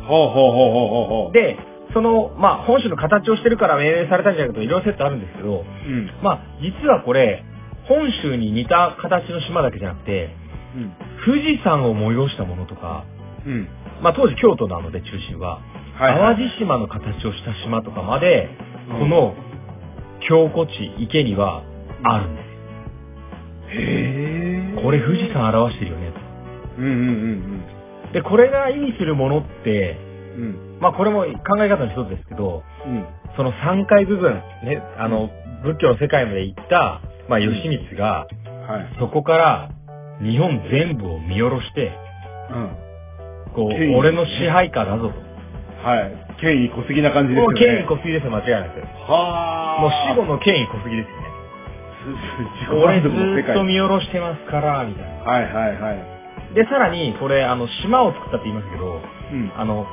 [SPEAKER 1] ほうほうほうほうほうほう。、
[SPEAKER 2] で、その、まあ、本州の形をしてるから命名されたんじゃなくて、いろいろセットあるんですけど、
[SPEAKER 1] うん。
[SPEAKER 2] まあ、実はこれ、本州に似た形の島だけじゃなくて、
[SPEAKER 1] うん。
[SPEAKER 2] 富士山を催したものとか、
[SPEAKER 1] うん。
[SPEAKER 2] まあ、当時京都なので中心は、淡路島の形をした島とかまで、
[SPEAKER 1] うん
[SPEAKER 2] この京古地、池にはあるんです
[SPEAKER 1] へ
[SPEAKER 2] よ。
[SPEAKER 1] え。
[SPEAKER 2] これ富士。山表してるよね。
[SPEAKER 1] うんうん
[SPEAKER 2] で、これが意味するものって、
[SPEAKER 1] うんうん。うん。
[SPEAKER 2] まあこれも考え方の一つですけど、
[SPEAKER 1] うん。
[SPEAKER 2] その3階部分、ね、あの、仏教の世界まで行った、ま
[SPEAKER 1] う
[SPEAKER 2] あ
[SPEAKER 1] ん
[SPEAKER 2] 義満が、
[SPEAKER 1] はい。
[SPEAKER 2] そこから日本全部を見下ろして、
[SPEAKER 1] うん。
[SPEAKER 2] こ
[SPEAKER 1] 権威
[SPEAKER 2] う、俺の支配下だぞと。
[SPEAKER 1] はい。権威濃すぎな感じです
[SPEAKER 2] も
[SPEAKER 1] よね。
[SPEAKER 2] う権威小杉ですよ、間違いなく。
[SPEAKER 1] はあ。
[SPEAKER 2] もう死後の権威小杉ですよね。
[SPEAKER 1] 自己
[SPEAKER 2] 俺
[SPEAKER 1] 満足
[SPEAKER 2] ず
[SPEAKER 1] の世
[SPEAKER 2] ーっ
[SPEAKER 1] 界。
[SPEAKER 2] と
[SPEAKER 1] はい
[SPEAKER 2] 見下ろしてますから、みたいな。
[SPEAKER 1] はいはい。
[SPEAKER 2] で、さらに、これ、あの、島を作ったって言いますけど、
[SPEAKER 1] うん。
[SPEAKER 2] あの、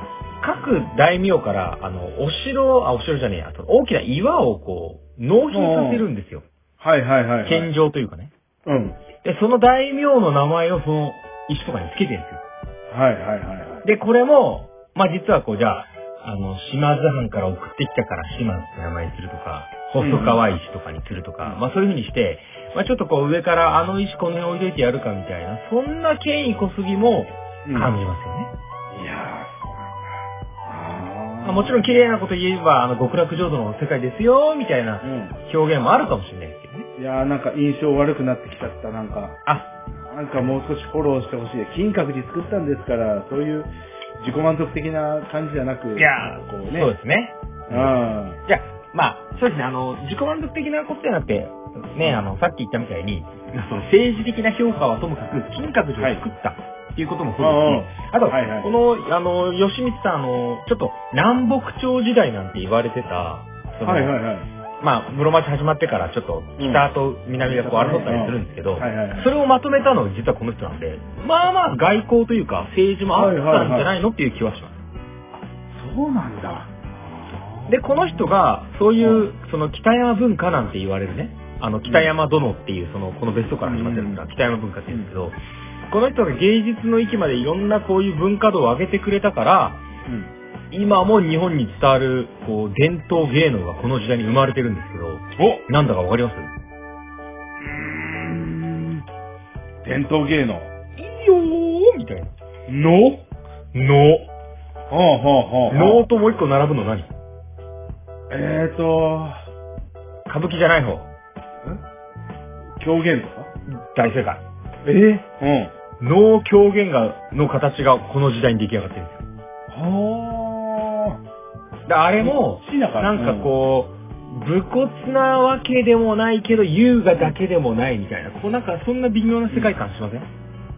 [SPEAKER 2] 各大名から、あの、お城、あ、お城じゃねえや、あと大きな岩をこう、納品させるんですよ。
[SPEAKER 1] はいはいはいはい。
[SPEAKER 2] 献上というかね。
[SPEAKER 1] うん。
[SPEAKER 2] で、その大名の名前をその石とかにつけてるんですよ。
[SPEAKER 1] はいはいはいはい。
[SPEAKER 2] で、これも、まあ、実はこう、じゃあ、あの、島津藩から送ってきたから島津って名前にするとか、細川石とかにするとか、
[SPEAKER 1] うん
[SPEAKER 2] まあ、そういう風にして、まあ、ちょっとこう上からあの石この辺置いといてやるかみたいな、そんな権威濃すぎも
[SPEAKER 1] うん
[SPEAKER 2] 感じますよね。
[SPEAKER 1] いやーあ
[SPEAKER 2] ま
[SPEAKER 1] ー
[SPEAKER 2] あもちろん綺麗なこと言えば、あの、極楽浄土の世界ですよ、みたいな
[SPEAKER 1] う
[SPEAKER 2] 表現もあるかもしれないですけどね。
[SPEAKER 1] ん。いやーなんか印象悪くなってきちゃった、なんか。
[SPEAKER 2] あ、
[SPEAKER 1] なんかもう少しフォローしてほしい。金閣寺作ったんですから、そういう自己満足的な感じじゃなく、
[SPEAKER 2] いや
[SPEAKER 1] こう
[SPEAKER 2] ー、
[SPEAKER 1] ね。
[SPEAKER 2] そうですね。
[SPEAKER 1] うん。
[SPEAKER 2] じゃあ、まあ、そうですね、あの、自己満足的なことじゃなくて、ね、あの、さっき言ったみたいに、 その政治的な評価はともかく、金閣寺を作ったっていうこともそうですし、あと、
[SPEAKER 1] はいはい
[SPEAKER 2] この、あの、吉光さん、あの、ちょっと、南北朝時代なんて言われてた、その
[SPEAKER 1] はいはいはい。
[SPEAKER 2] まあ、室町始まってからちょっと北と南がこう争ったりするんですけど、
[SPEAKER 1] うんはいはいはい
[SPEAKER 2] それをまとめたの実はこの人なんで、まあまあ外交というか政治もあったんじゃないのっていう気はします。
[SPEAKER 1] そうなんだ。
[SPEAKER 2] で、この人がそういうその北山文化なんて言われるね、あの北山殿っていうそのこの別荘から始まってるんですが、北山文化って言うんですけど、この人が芸術の域までいろんなこういう文化度を上げてくれたから、
[SPEAKER 1] うん。
[SPEAKER 2] 今も日本に伝わるこう伝統芸能がこの時代に生まれてるんですけど、
[SPEAKER 1] お
[SPEAKER 2] なんだかわかります
[SPEAKER 1] 伝統芸能。
[SPEAKER 2] いいよーみたいな。
[SPEAKER 1] の
[SPEAKER 2] の。
[SPEAKER 1] はあはあはあ。
[SPEAKER 2] 能ともう一個並ぶの何
[SPEAKER 1] えーと、
[SPEAKER 2] 歌舞伎じゃない方。
[SPEAKER 1] 狂言とか
[SPEAKER 2] 大正解。
[SPEAKER 1] えうん。
[SPEAKER 2] 能狂言が、の形がこの時代に出来上がってるんです
[SPEAKER 1] はあ。
[SPEAKER 2] よ。で、あれも、
[SPEAKER 1] 好きだから
[SPEAKER 2] なんかこう、武骨なわけでもないけど、優雅だけでもないみたいな、こうなんかそんな微妙な世界観しませんち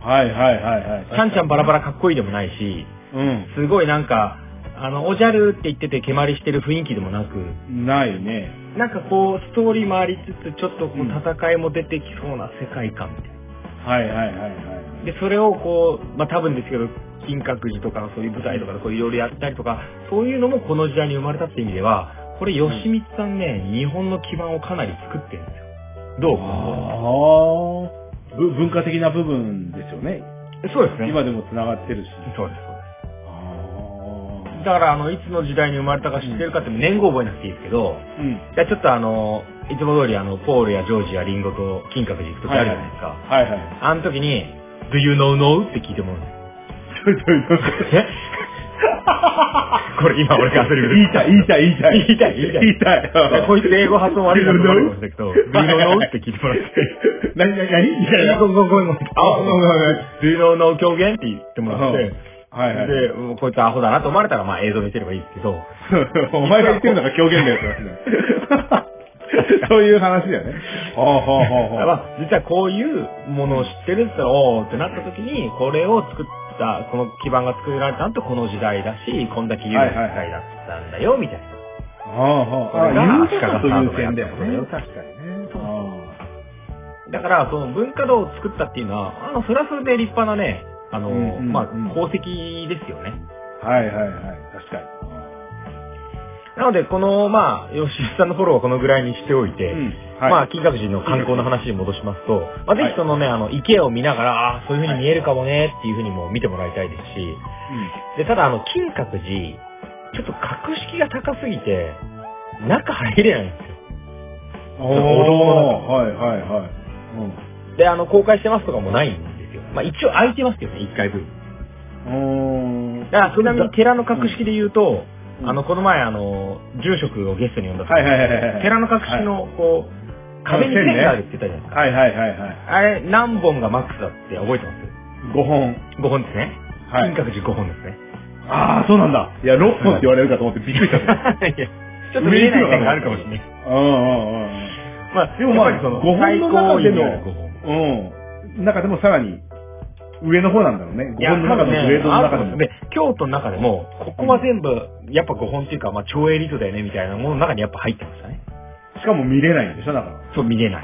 [SPEAKER 1] はいはいはいはい。
[SPEAKER 2] ゃんちゃんバラバラかっこいいでもないし、
[SPEAKER 1] う
[SPEAKER 2] すごいなんか、あの、おじゃるって言ってて蹴鞠してる雰囲気でもなく、
[SPEAKER 1] ん。ないね。
[SPEAKER 2] なんかこう、ストーリーもありつつ、ちょっとこう
[SPEAKER 1] うん
[SPEAKER 2] 戦いも出てきそうな世界観みたいな。
[SPEAKER 1] はいはいはいはい。
[SPEAKER 2] で、それをこう、まあ多分ですけど、金閣寺とかそういう舞台とかでこういろいろやったりとか、そういうのもこの時代に生まれたって意味では、これ吉光さんね、日本の基盤をかなり作ってるんですよ。どう
[SPEAKER 1] ああ。ぶ文化的な部分ですよね。
[SPEAKER 2] そうですね。
[SPEAKER 1] 今でも繋がってるし。
[SPEAKER 2] そうです。
[SPEAKER 1] あ
[SPEAKER 2] だ
[SPEAKER 1] あ。
[SPEAKER 2] から、あの、いつの時代に生まれたか知ってるかって年号覚えなくていいですけど、
[SPEAKER 1] うん。
[SPEAKER 2] じゃあちょっとあの、いつも通りあの、ポールやジョージやリンゴと金閣寺行くときあるじゃないですか。
[SPEAKER 1] はいはい。
[SPEAKER 2] あの時に、Do you know know? って聞いてもらうんですよ。
[SPEAKER 1] どういうこと
[SPEAKER 2] えこれ今俺が焦る。
[SPEAKER 1] 言いたい、言いたい、言いたい。
[SPEAKER 2] 言いたい言いたい
[SPEAKER 1] 言いたい。
[SPEAKER 2] こいつ英語発音悪いなと思われましたけど、Do you know know? って聞いてもらって。
[SPEAKER 1] 何、何、何み
[SPEAKER 2] い
[SPEAKER 1] たいな。
[SPEAKER 2] ごめんごめんごめん。
[SPEAKER 1] あごめんごめんごめん
[SPEAKER 2] Do you know know 狂言って言ってもらって、
[SPEAKER 1] はいはい。
[SPEAKER 2] で、もうこいつアホだなと思われたら、まあ映像見せればいいですけど、
[SPEAKER 1] お前が言ってるのが狂言だよ って話だよそういう話だよね。ほうほうほうほう。
[SPEAKER 2] まあ実はこういうものを知ってるんですよ、おーってなった時に、これを作った、この基盤が作られたのとこの時代だし、こんだけ有名な世界だったんだよ、みたいな。
[SPEAKER 1] ほうほう。
[SPEAKER 2] これが
[SPEAKER 1] あ、言うかという点だよ
[SPEAKER 2] うん
[SPEAKER 1] ね。確かにね。
[SPEAKER 2] だから、その文化道を作ったっていうのは、あの、それはそれで立派なね、あの、
[SPEAKER 1] うんうん
[SPEAKER 2] まあ
[SPEAKER 1] うん、
[SPEAKER 2] 功績ですよね。
[SPEAKER 1] はいはいはい。確かに。
[SPEAKER 2] なので、この、まあ、吉井さんのフォローはこのぐらいにしておいて、
[SPEAKER 1] うんはい
[SPEAKER 2] まあ、金閣寺の観光の話に戻しますと、まあ、ぜひそのね、あの、池を見ながら、ああ、そういう風に見えるかもね、っていう風にも見てもらいたいですし、で、ただ、あの、金閣寺、ちょっと格式が高すぎて、中入れないんですよ。
[SPEAKER 1] お
[SPEAKER 2] お堂
[SPEAKER 1] おはいはいはい。
[SPEAKER 2] で、あの、公開してますとかもないんですよ。まあ、一応空いてますけどね、1階部分。
[SPEAKER 1] うん。うーん
[SPEAKER 2] だから、ちなみに寺の格式で言うと、
[SPEAKER 1] うん
[SPEAKER 2] あの、この前、あの、住職をゲストに呼んだ時、
[SPEAKER 1] はいはいはいはい。
[SPEAKER 2] 寺の格式の、こう、壁に線があるって言ったじゃないですか。
[SPEAKER 1] はいはいはいはい。
[SPEAKER 2] あれ、何本がマックスだって覚えてます
[SPEAKER 1] 5本。
[SPEAKER 2] ?5 本ですね。
[SPEAKER 1] はい
[SPEAKER 2] 金閣寺5本ですね。
[SPEAKER 1] ああ、そうなんだ。いや、6本って言われるかと思ってびっくりした。
[SPEAKER 2] いやちょっと見えない線があるかもしれない。
[SPEAKER 1] うんうんうん。
[SPEAKER 2] まあ、
[SPEAKER 1] でもまあ
[SPEAKER 2] やっぱりそ
[SPEAKER 1] 五本の中での
[SPEAKER 2] 最高位にある五本
[SPEAKER 1] うん。中でもさらに、上の方なんだろうね。
[SPEAKER 2] い
[SPEAKER 1] 5
[SPEAKER 2] や
[SPEAKER 1] 本の中でも
[SPEAKER 2] 多分ね
[SPEAKER 1] グレードの中で
[SPEAKER 2] あると思う
[SPEAKER 1] も。
[SPEAKER 2] で、京都の中でも、ここは全部、やっぱ5本っていうか、まあ、超エリートだよね、みたいなものの中にやっぱ入ってましたね。
[SPEAKER 1] しかも見れないんでしょ、だから。
[SPEAKER 2] そう、見れない。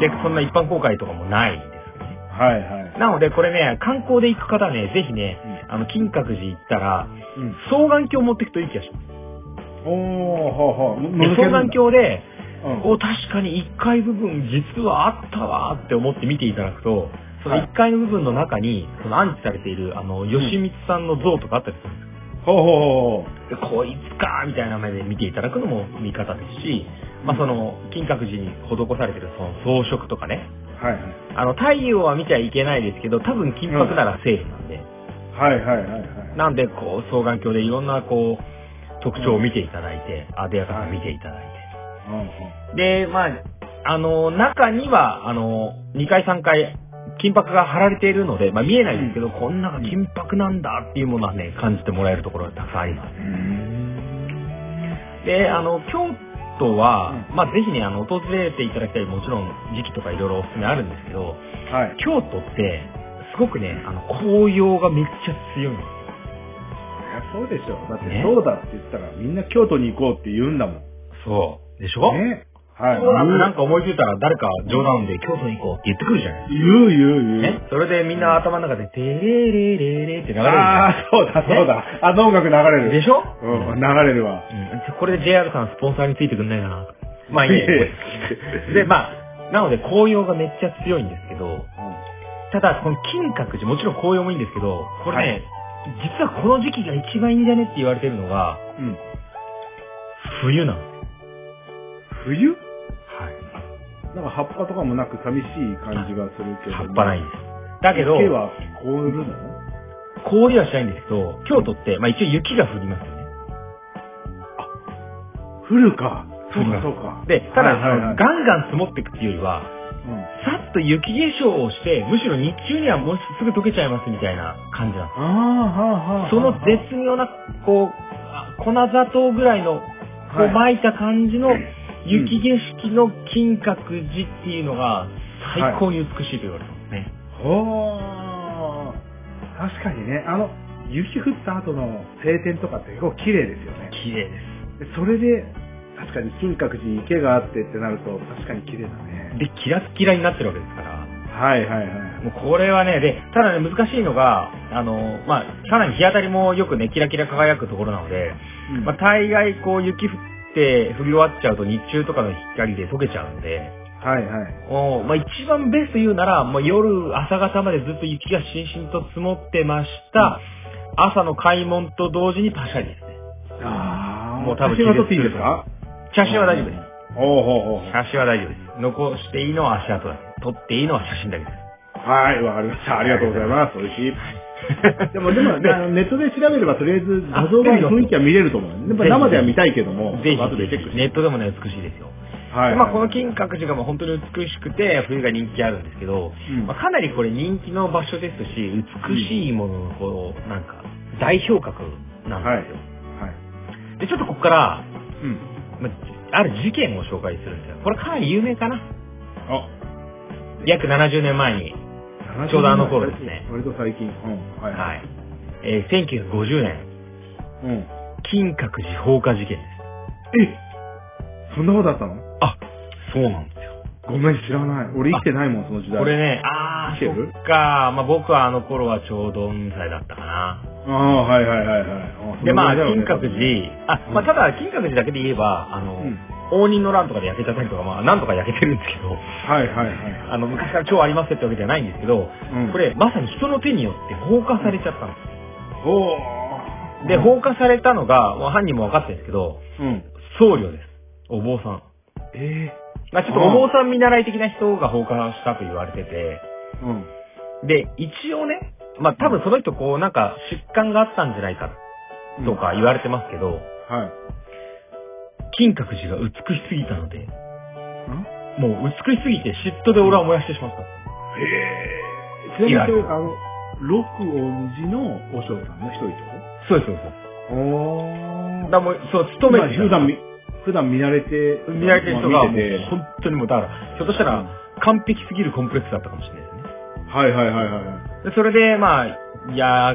[SPEAKER 2] で、そんな一
[SPEAKER 1] は
[SPEAKER 2] 般公開とかもないんですよね。
[SPEAKER 1] いはい。
[SPEAKER 2] なので、これね、観光で行く方ね、ぜひね、
[SPEAKER 1] う
[SPEAKER 2] あの、金閣寺行ったら、
[SPEAKER 1] うん。
[SPEAKER 2] 双眼鏡持ってくといい気がします。
[SPEAKER 1] おー、ほうほう。
[SPEAKER 2] で
[SPEAKER 1] 覗け
[SPEAKER 2] 双
[SPEAKER 1] るんだ
[SPEAKER 2] 眼鏡で、
[SPEAKER 1] うん
[SPEAKER 2] お、確かに1階部分実はあったわーって思って見ていただくと、その
[SPEAKER 1] はい
[SPEAKER 2] 1階の部分の中に、その安置されている、あの、吉光さんの像とかあったりするんです
[SPEAKER 1] ほ
[SPEAKER 2] よ
[SPEAKER 1] うほうほうほ
[SPEAKER 2] でこいつかーみたいな目で見ていただくのも見方ですし、まあその、金閣寺に施されているその装飾とかね、
[SPEAKER 1] う。はいはい。
[SPEAKER 2] あの、太陽は見ちゃいけないですけど、多分金箔ならセーフなんで、
[SPEAKER 1] はいはいはいはい。
[SPEAKER 2] なんで、こう、双眼鏡でいろんな、こう、特徴を見ていただいて、あでやかさを見ていただい
[SPEAKER 1] うん
[SPEAKER 2] て。で、まあ、あの、中には、あの、2階3階、金箔が貼られているので、まあ見えないんですけど、こんなが金箔なんだっていうものはね、感じてもらえるところがたくさんあります。で、あの、京都は、
[SPEAKER 1] う
[SPEAKER 2] まあぜひね、あの、訪れていただきたい、もちろん時期とかいろいろおすすめあるんですけど、
[SPEAKER 1] うんはい。
[SPEAKER 2] 京都って、すごくね、あの、紅葉がめっちゃ強いんです
[SPEAKER 1] いやそうでしょ。だって
[SPEAKER 2] ね
[SPEAKER 1] そうだって言ったらみんな京都に行こうって言うんだもん。
[SPEAKER 2] そう。でしょ、
[SPEAKER 1] ね。はい。
[SPEAKER 2] そうだってなんか思いついたら誰か冗談で京都に行こうって言ってくるじゃない
[SPEAKER 1] 言う言う言う。
[SPEAKER 2] ね。それでみんな頭の中で、てれれれれって流れるじゃん
[SPEAKER 1] ああ、そうだそうだ。あの音楽流れる。
[SPEAKER 2] でしょ
[SPEAKER 1] うん、
[SPEAKER 2] うん
[SPEAKER 1] 流れるわ。
[SPEAKER 2] これで JR さんスポンサーについてくんないかな。まあいい
[SPEAKER 1] え
[SPEAKER 2] ね。 で、まあ、なので紅葉がめっちゃ強いんですけど、ただこの金閣寺、もちろん紅葉もいいんですけど、これね、
[SPEAKER 1] はい
[SPEAKER 2] 実はこの時期が一番いいんじゃねって言われてるのが、
[SPEAKER 1] うん。
[SPEAKER 2] 冬なんですよ。
[SPEAKER 1] 冬
[SPEAKER 2] はい。
[SPEAKER 1] なんか葉っぱとかもなく寂しい感じがするけど。
[SPEAKER 2] 葉っぱない
[SPEAKER 1] い。
[SPEAKER 2] んです。だけど、
[SPEAKER 1] 池は凍るの
[SPEAKER 2] 氷はしないんですけど、京都って、まあ一応雪が降りますよね。
[SPEAKER 1] 降るか。そ
[SPEAKER 2] 降
[SPEAKER 1] う
[SPEAKER 2] りま
[SPEAKER 1] か
[SPEAKER 2] す
[SPEAKER 1] そうか。
[SPEAKER 2] で、ただ、
[SPEAKER 1] はいはいはい
[SPEAKER 2] ガンガン積もっていくっていうよりは、
[SPEAKER 1] うん。
[SPEAKER 2] さっと雪化粧をして、むしろ日中にはもうすぐ溶けちゃいますみたいな感じなんで
[SPEAKER 1] ああ、はあはあはあ。
[SPEAKER 2] す。その絶妙な、こう、あ粉砂糖ぐらいの、こ
[SPEAKER 1] は
[SPEAKER 2] う
[SPEAKER 1] い
[SPEAKER 2] 撒いた感じの雪景色の金閣寺っていうのが最高に美しいと言われてますね。
[SPEAKER 1] ほー。確かにね、あの、雪降った後の晴天とかって結構綺麗ですよね。
[SPEAKER 2] 綺麗で
[SPEAKER 1] でそれで、確かに金閣寺に池があってってなると、確かに綺麗だね。
[SPEAKER 2] す。で、キラッキラになってるわけですから。
[SPEAKER 1] はいはいはい。
[SPEAKER 2] もうこれはね、で、ただね、難しいのが、あの、まあ、さらに日当たりもよくね、キラキラ輝くところなので、
[SPEAKER 1] うん
[SPEAKER 2] まあ、大概こう雪降って降り終わっちゃうと日中とかの光で溶けちゃうんで、
[SPEAKER 1] はいはい。
[SPEAKER 2] もうまあ、一番ベスト言うなら、もう夜、朝方までずっと雪がしんしんと積もってました、朝の開門と同時にパシャリですね。
[SPEAKER 1] あー
[SPEAKER 2] もう多分
[SPEAKER 1] 写真は撮っていいですか
[SPEAKER 2] 写真は大丈夫です。
[SPEAKER 1] おうほうほう
[SPEAKER 2] 写真は大丈夫です。残していいのは足跡だけ。撮っていいのは写真だけです。
[SPEAKER 1] はい、わかりました。ありがとうございます。美味しい。でも、でも、
[SPEAKER 2] で
[SPEAKER 1] あのネットで調べれば、とりあえず画像が
[SPEAKER 2] あ
[SPEAKER 1] 雰囲気は見れると思う。やっぱ生では見たいけども、
[SPEAKER 2] ぜひ、
[SPEAKER 1] 後でチェックして。
[SPEAKER 2] ネットでもね、美しいですよ。
[SPEAKER 1] はい。
[SPEAKER 2] まあ、この金閣寺がもう本当に美しくて、冬が人気あるんですけど、
[SPEAKER 1] うん
[SPEAKER 2] まあ、かなりこれ人気の場所ですし、美しいものの、こう、なんか、代表格なんですよ。
[SPEAKER 1] はい。
[SPEAKER 2] で、ちょっとここから、
[SPEAKER 1] うん。
[SPEAKER 2] まあ、ある事件を紹介するんですよ。これかなり有名かな。
[SPEAKER 1] あ、
[SPEAKER 2] 約70年前に、ちょうどあの頃ですね
[SPEAKER 1] 割と最近。うん。はい。
[SPEAKER 2] はい。えー1950年、
[SPEAKER 1] うん。
[SPEAKER 2] 金閣寺放火事件です。
[SPEAKER 1] えそんなことだったの
[SPEAKER 2] あ、そうなんですよ。
[SPEAKER 1] あごめん、知らない。俺生きてないもん、その時代。
[SPEAKER 2] これね、あー、
[SPEAKER 1] シェフ
[SPEAKER 2] そっか。まあ僕はあの頃はちょうど4歳だったかな。
[SPEAKER 1] ああ、はいはいはいはい。
[SPEAKER 2] で、まあ、
[SPEAKER 1] そのぐ
[SPEAKER 2] 金
[SPEAKER 1] らいだよね
[SPEAKER 2] 閣。寺、あ、まあただ、金閣寺だけで言えば、あ
[SPEAKER 1] う
[SPEAKER 2] の、
[SPEAKER 1] ん
[SPEAKER 2] 応仁の乱とかで焼けちゃったりとか、まあなんとか焼けてるんですけど、
[SPEAKER 1] はいはいはい。
[SPEAKER 2] あの、昔から超ありますよってわけじゃないんですけど、
[SPEAKER 1] うん
[SPEAKER 2] これ、まさに人の手によって放火されちゃったんで
[SPEAKER 1] お
[SPEAKER 2] す。
[SPEAKER 1] ー
[SPEAKER 2] で、放火されたのが、まあ犯人も分かってるんですけど、
[SPEAKER 1] うん。
[SPEAKER 2] 僧侶です。お坊さん。
[SPEAKER 1] え
[SPEAKER 2] まあちょっとお坊さん見習い的な人が放火したと言われてて、
[SPEAKER 1] えうん。
[SPEAKER 2] で、一応ね、まあ多分その人こうなんか疾患があったんじゃないかとか言われてますけど、
[SPEAKER 1] はい。
[SPEAKER 2] 金閣寺が美しすぎたので、
[SPEAKER 1] ん
[SPEAKER 2] もう美しすぎて嫉妬で俺は燃やしてしまった。
[SPEAKER 1] へえ。ちなみに、あの、六音寺の和尚さんの一人って
[SPEAKER 2] そうです、そうで
[SPEAKER 1] ことお
[SPEAKER 2] す。だからもう、そう、勤めてた
[SPEAKER 1] 普段み、普段見られて、
[SPEAKER 2] 見られてる人
[SPEAKER 1] まあ
[SPEAKER 2] が、も
[SPEAKER 1] 見
[SPEAKER 2] う
[SPEAKER 1] てて
[SPEAKER 2] 本当にもう、だから、ひょっとしたら、完璧すぎるコンプレックスだったかもしれないですね。
[SPEAKER 1] はいはいはいはい。
[SPEAKER 2] でそれで、まあ、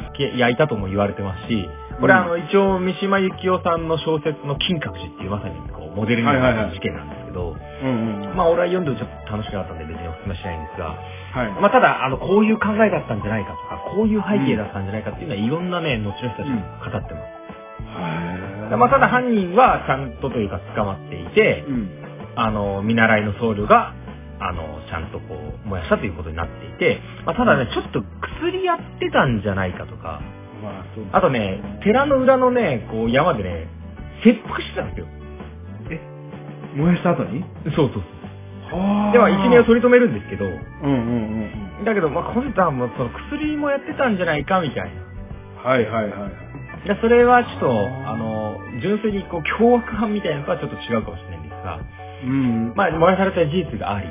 [SPEAKER 2] 焼け、焼いたとも言われてますし、これ、
[SPEAKER 1] うん
[SPEAKER 2] あの、一応、三島由紀夫さんの小説の金閣寺っていうまさに、こう、モデルにな
[SPEAKER 1] はいはい
[SPEAKER 2] っ
[SPEAKER 1] は
[SPEAKER 2] た
[SPEAKER 1] い
[SPEAKER 2] 事件なんですけど、
[SPEAKER 1] うんうん。
[SPEAKER 2] まあ、俺は読んでもちょっと楽しくなかったんで、別にお勧めしないんですが、
[SPEAKER 1] あ、はい。
[SPEAKER 2] まあ、ただ、あの、こういう考えだったんじゃないかとか、こういう背景だったんじゃないかっていうのは、いろんなね、後の人たちが語ってます。
[SPEAKER 1] へ
[SPEAKER 2] でまあ、ただ、犯人は、ちゃんとというか、捕まっていて、
[SPEAKER 1] うん。
[SPEAKER 2] あの、見習いの僧侶が、あの、ちゃんとこう、燃やしたということになっていて、まあ、ただね、ちょっと薬やってたんじゃないかとか、
[SPEAKER 1] まあ、そう
[SPEAKER 2] あとね、寺の裏のね、こう、山でね、切腹してたんですよ。
[SPEAKER 1] 燃やした後に
[SPEAKER 2] そうそう
[SPEAKER 1] は
[SPEAKER 2] では、一命を取り留めるんですけど、
[SPEAKER 1] うんうんうんうん。
[SPEAKER 2] だけど、まあ、今度はもう、その薬もやってたんじゃないか、みたいな。
[SPEAKER 1] はいはいはい。
[SPEAKER 2] でそれはちょっと、あの、純粋にこう、凶悪犯みたいなのとはちょっと違うかもしれないんですが、
[SPEAKER 1] うん。
[SPEAKER 2] まあ、燃やされた事実があり、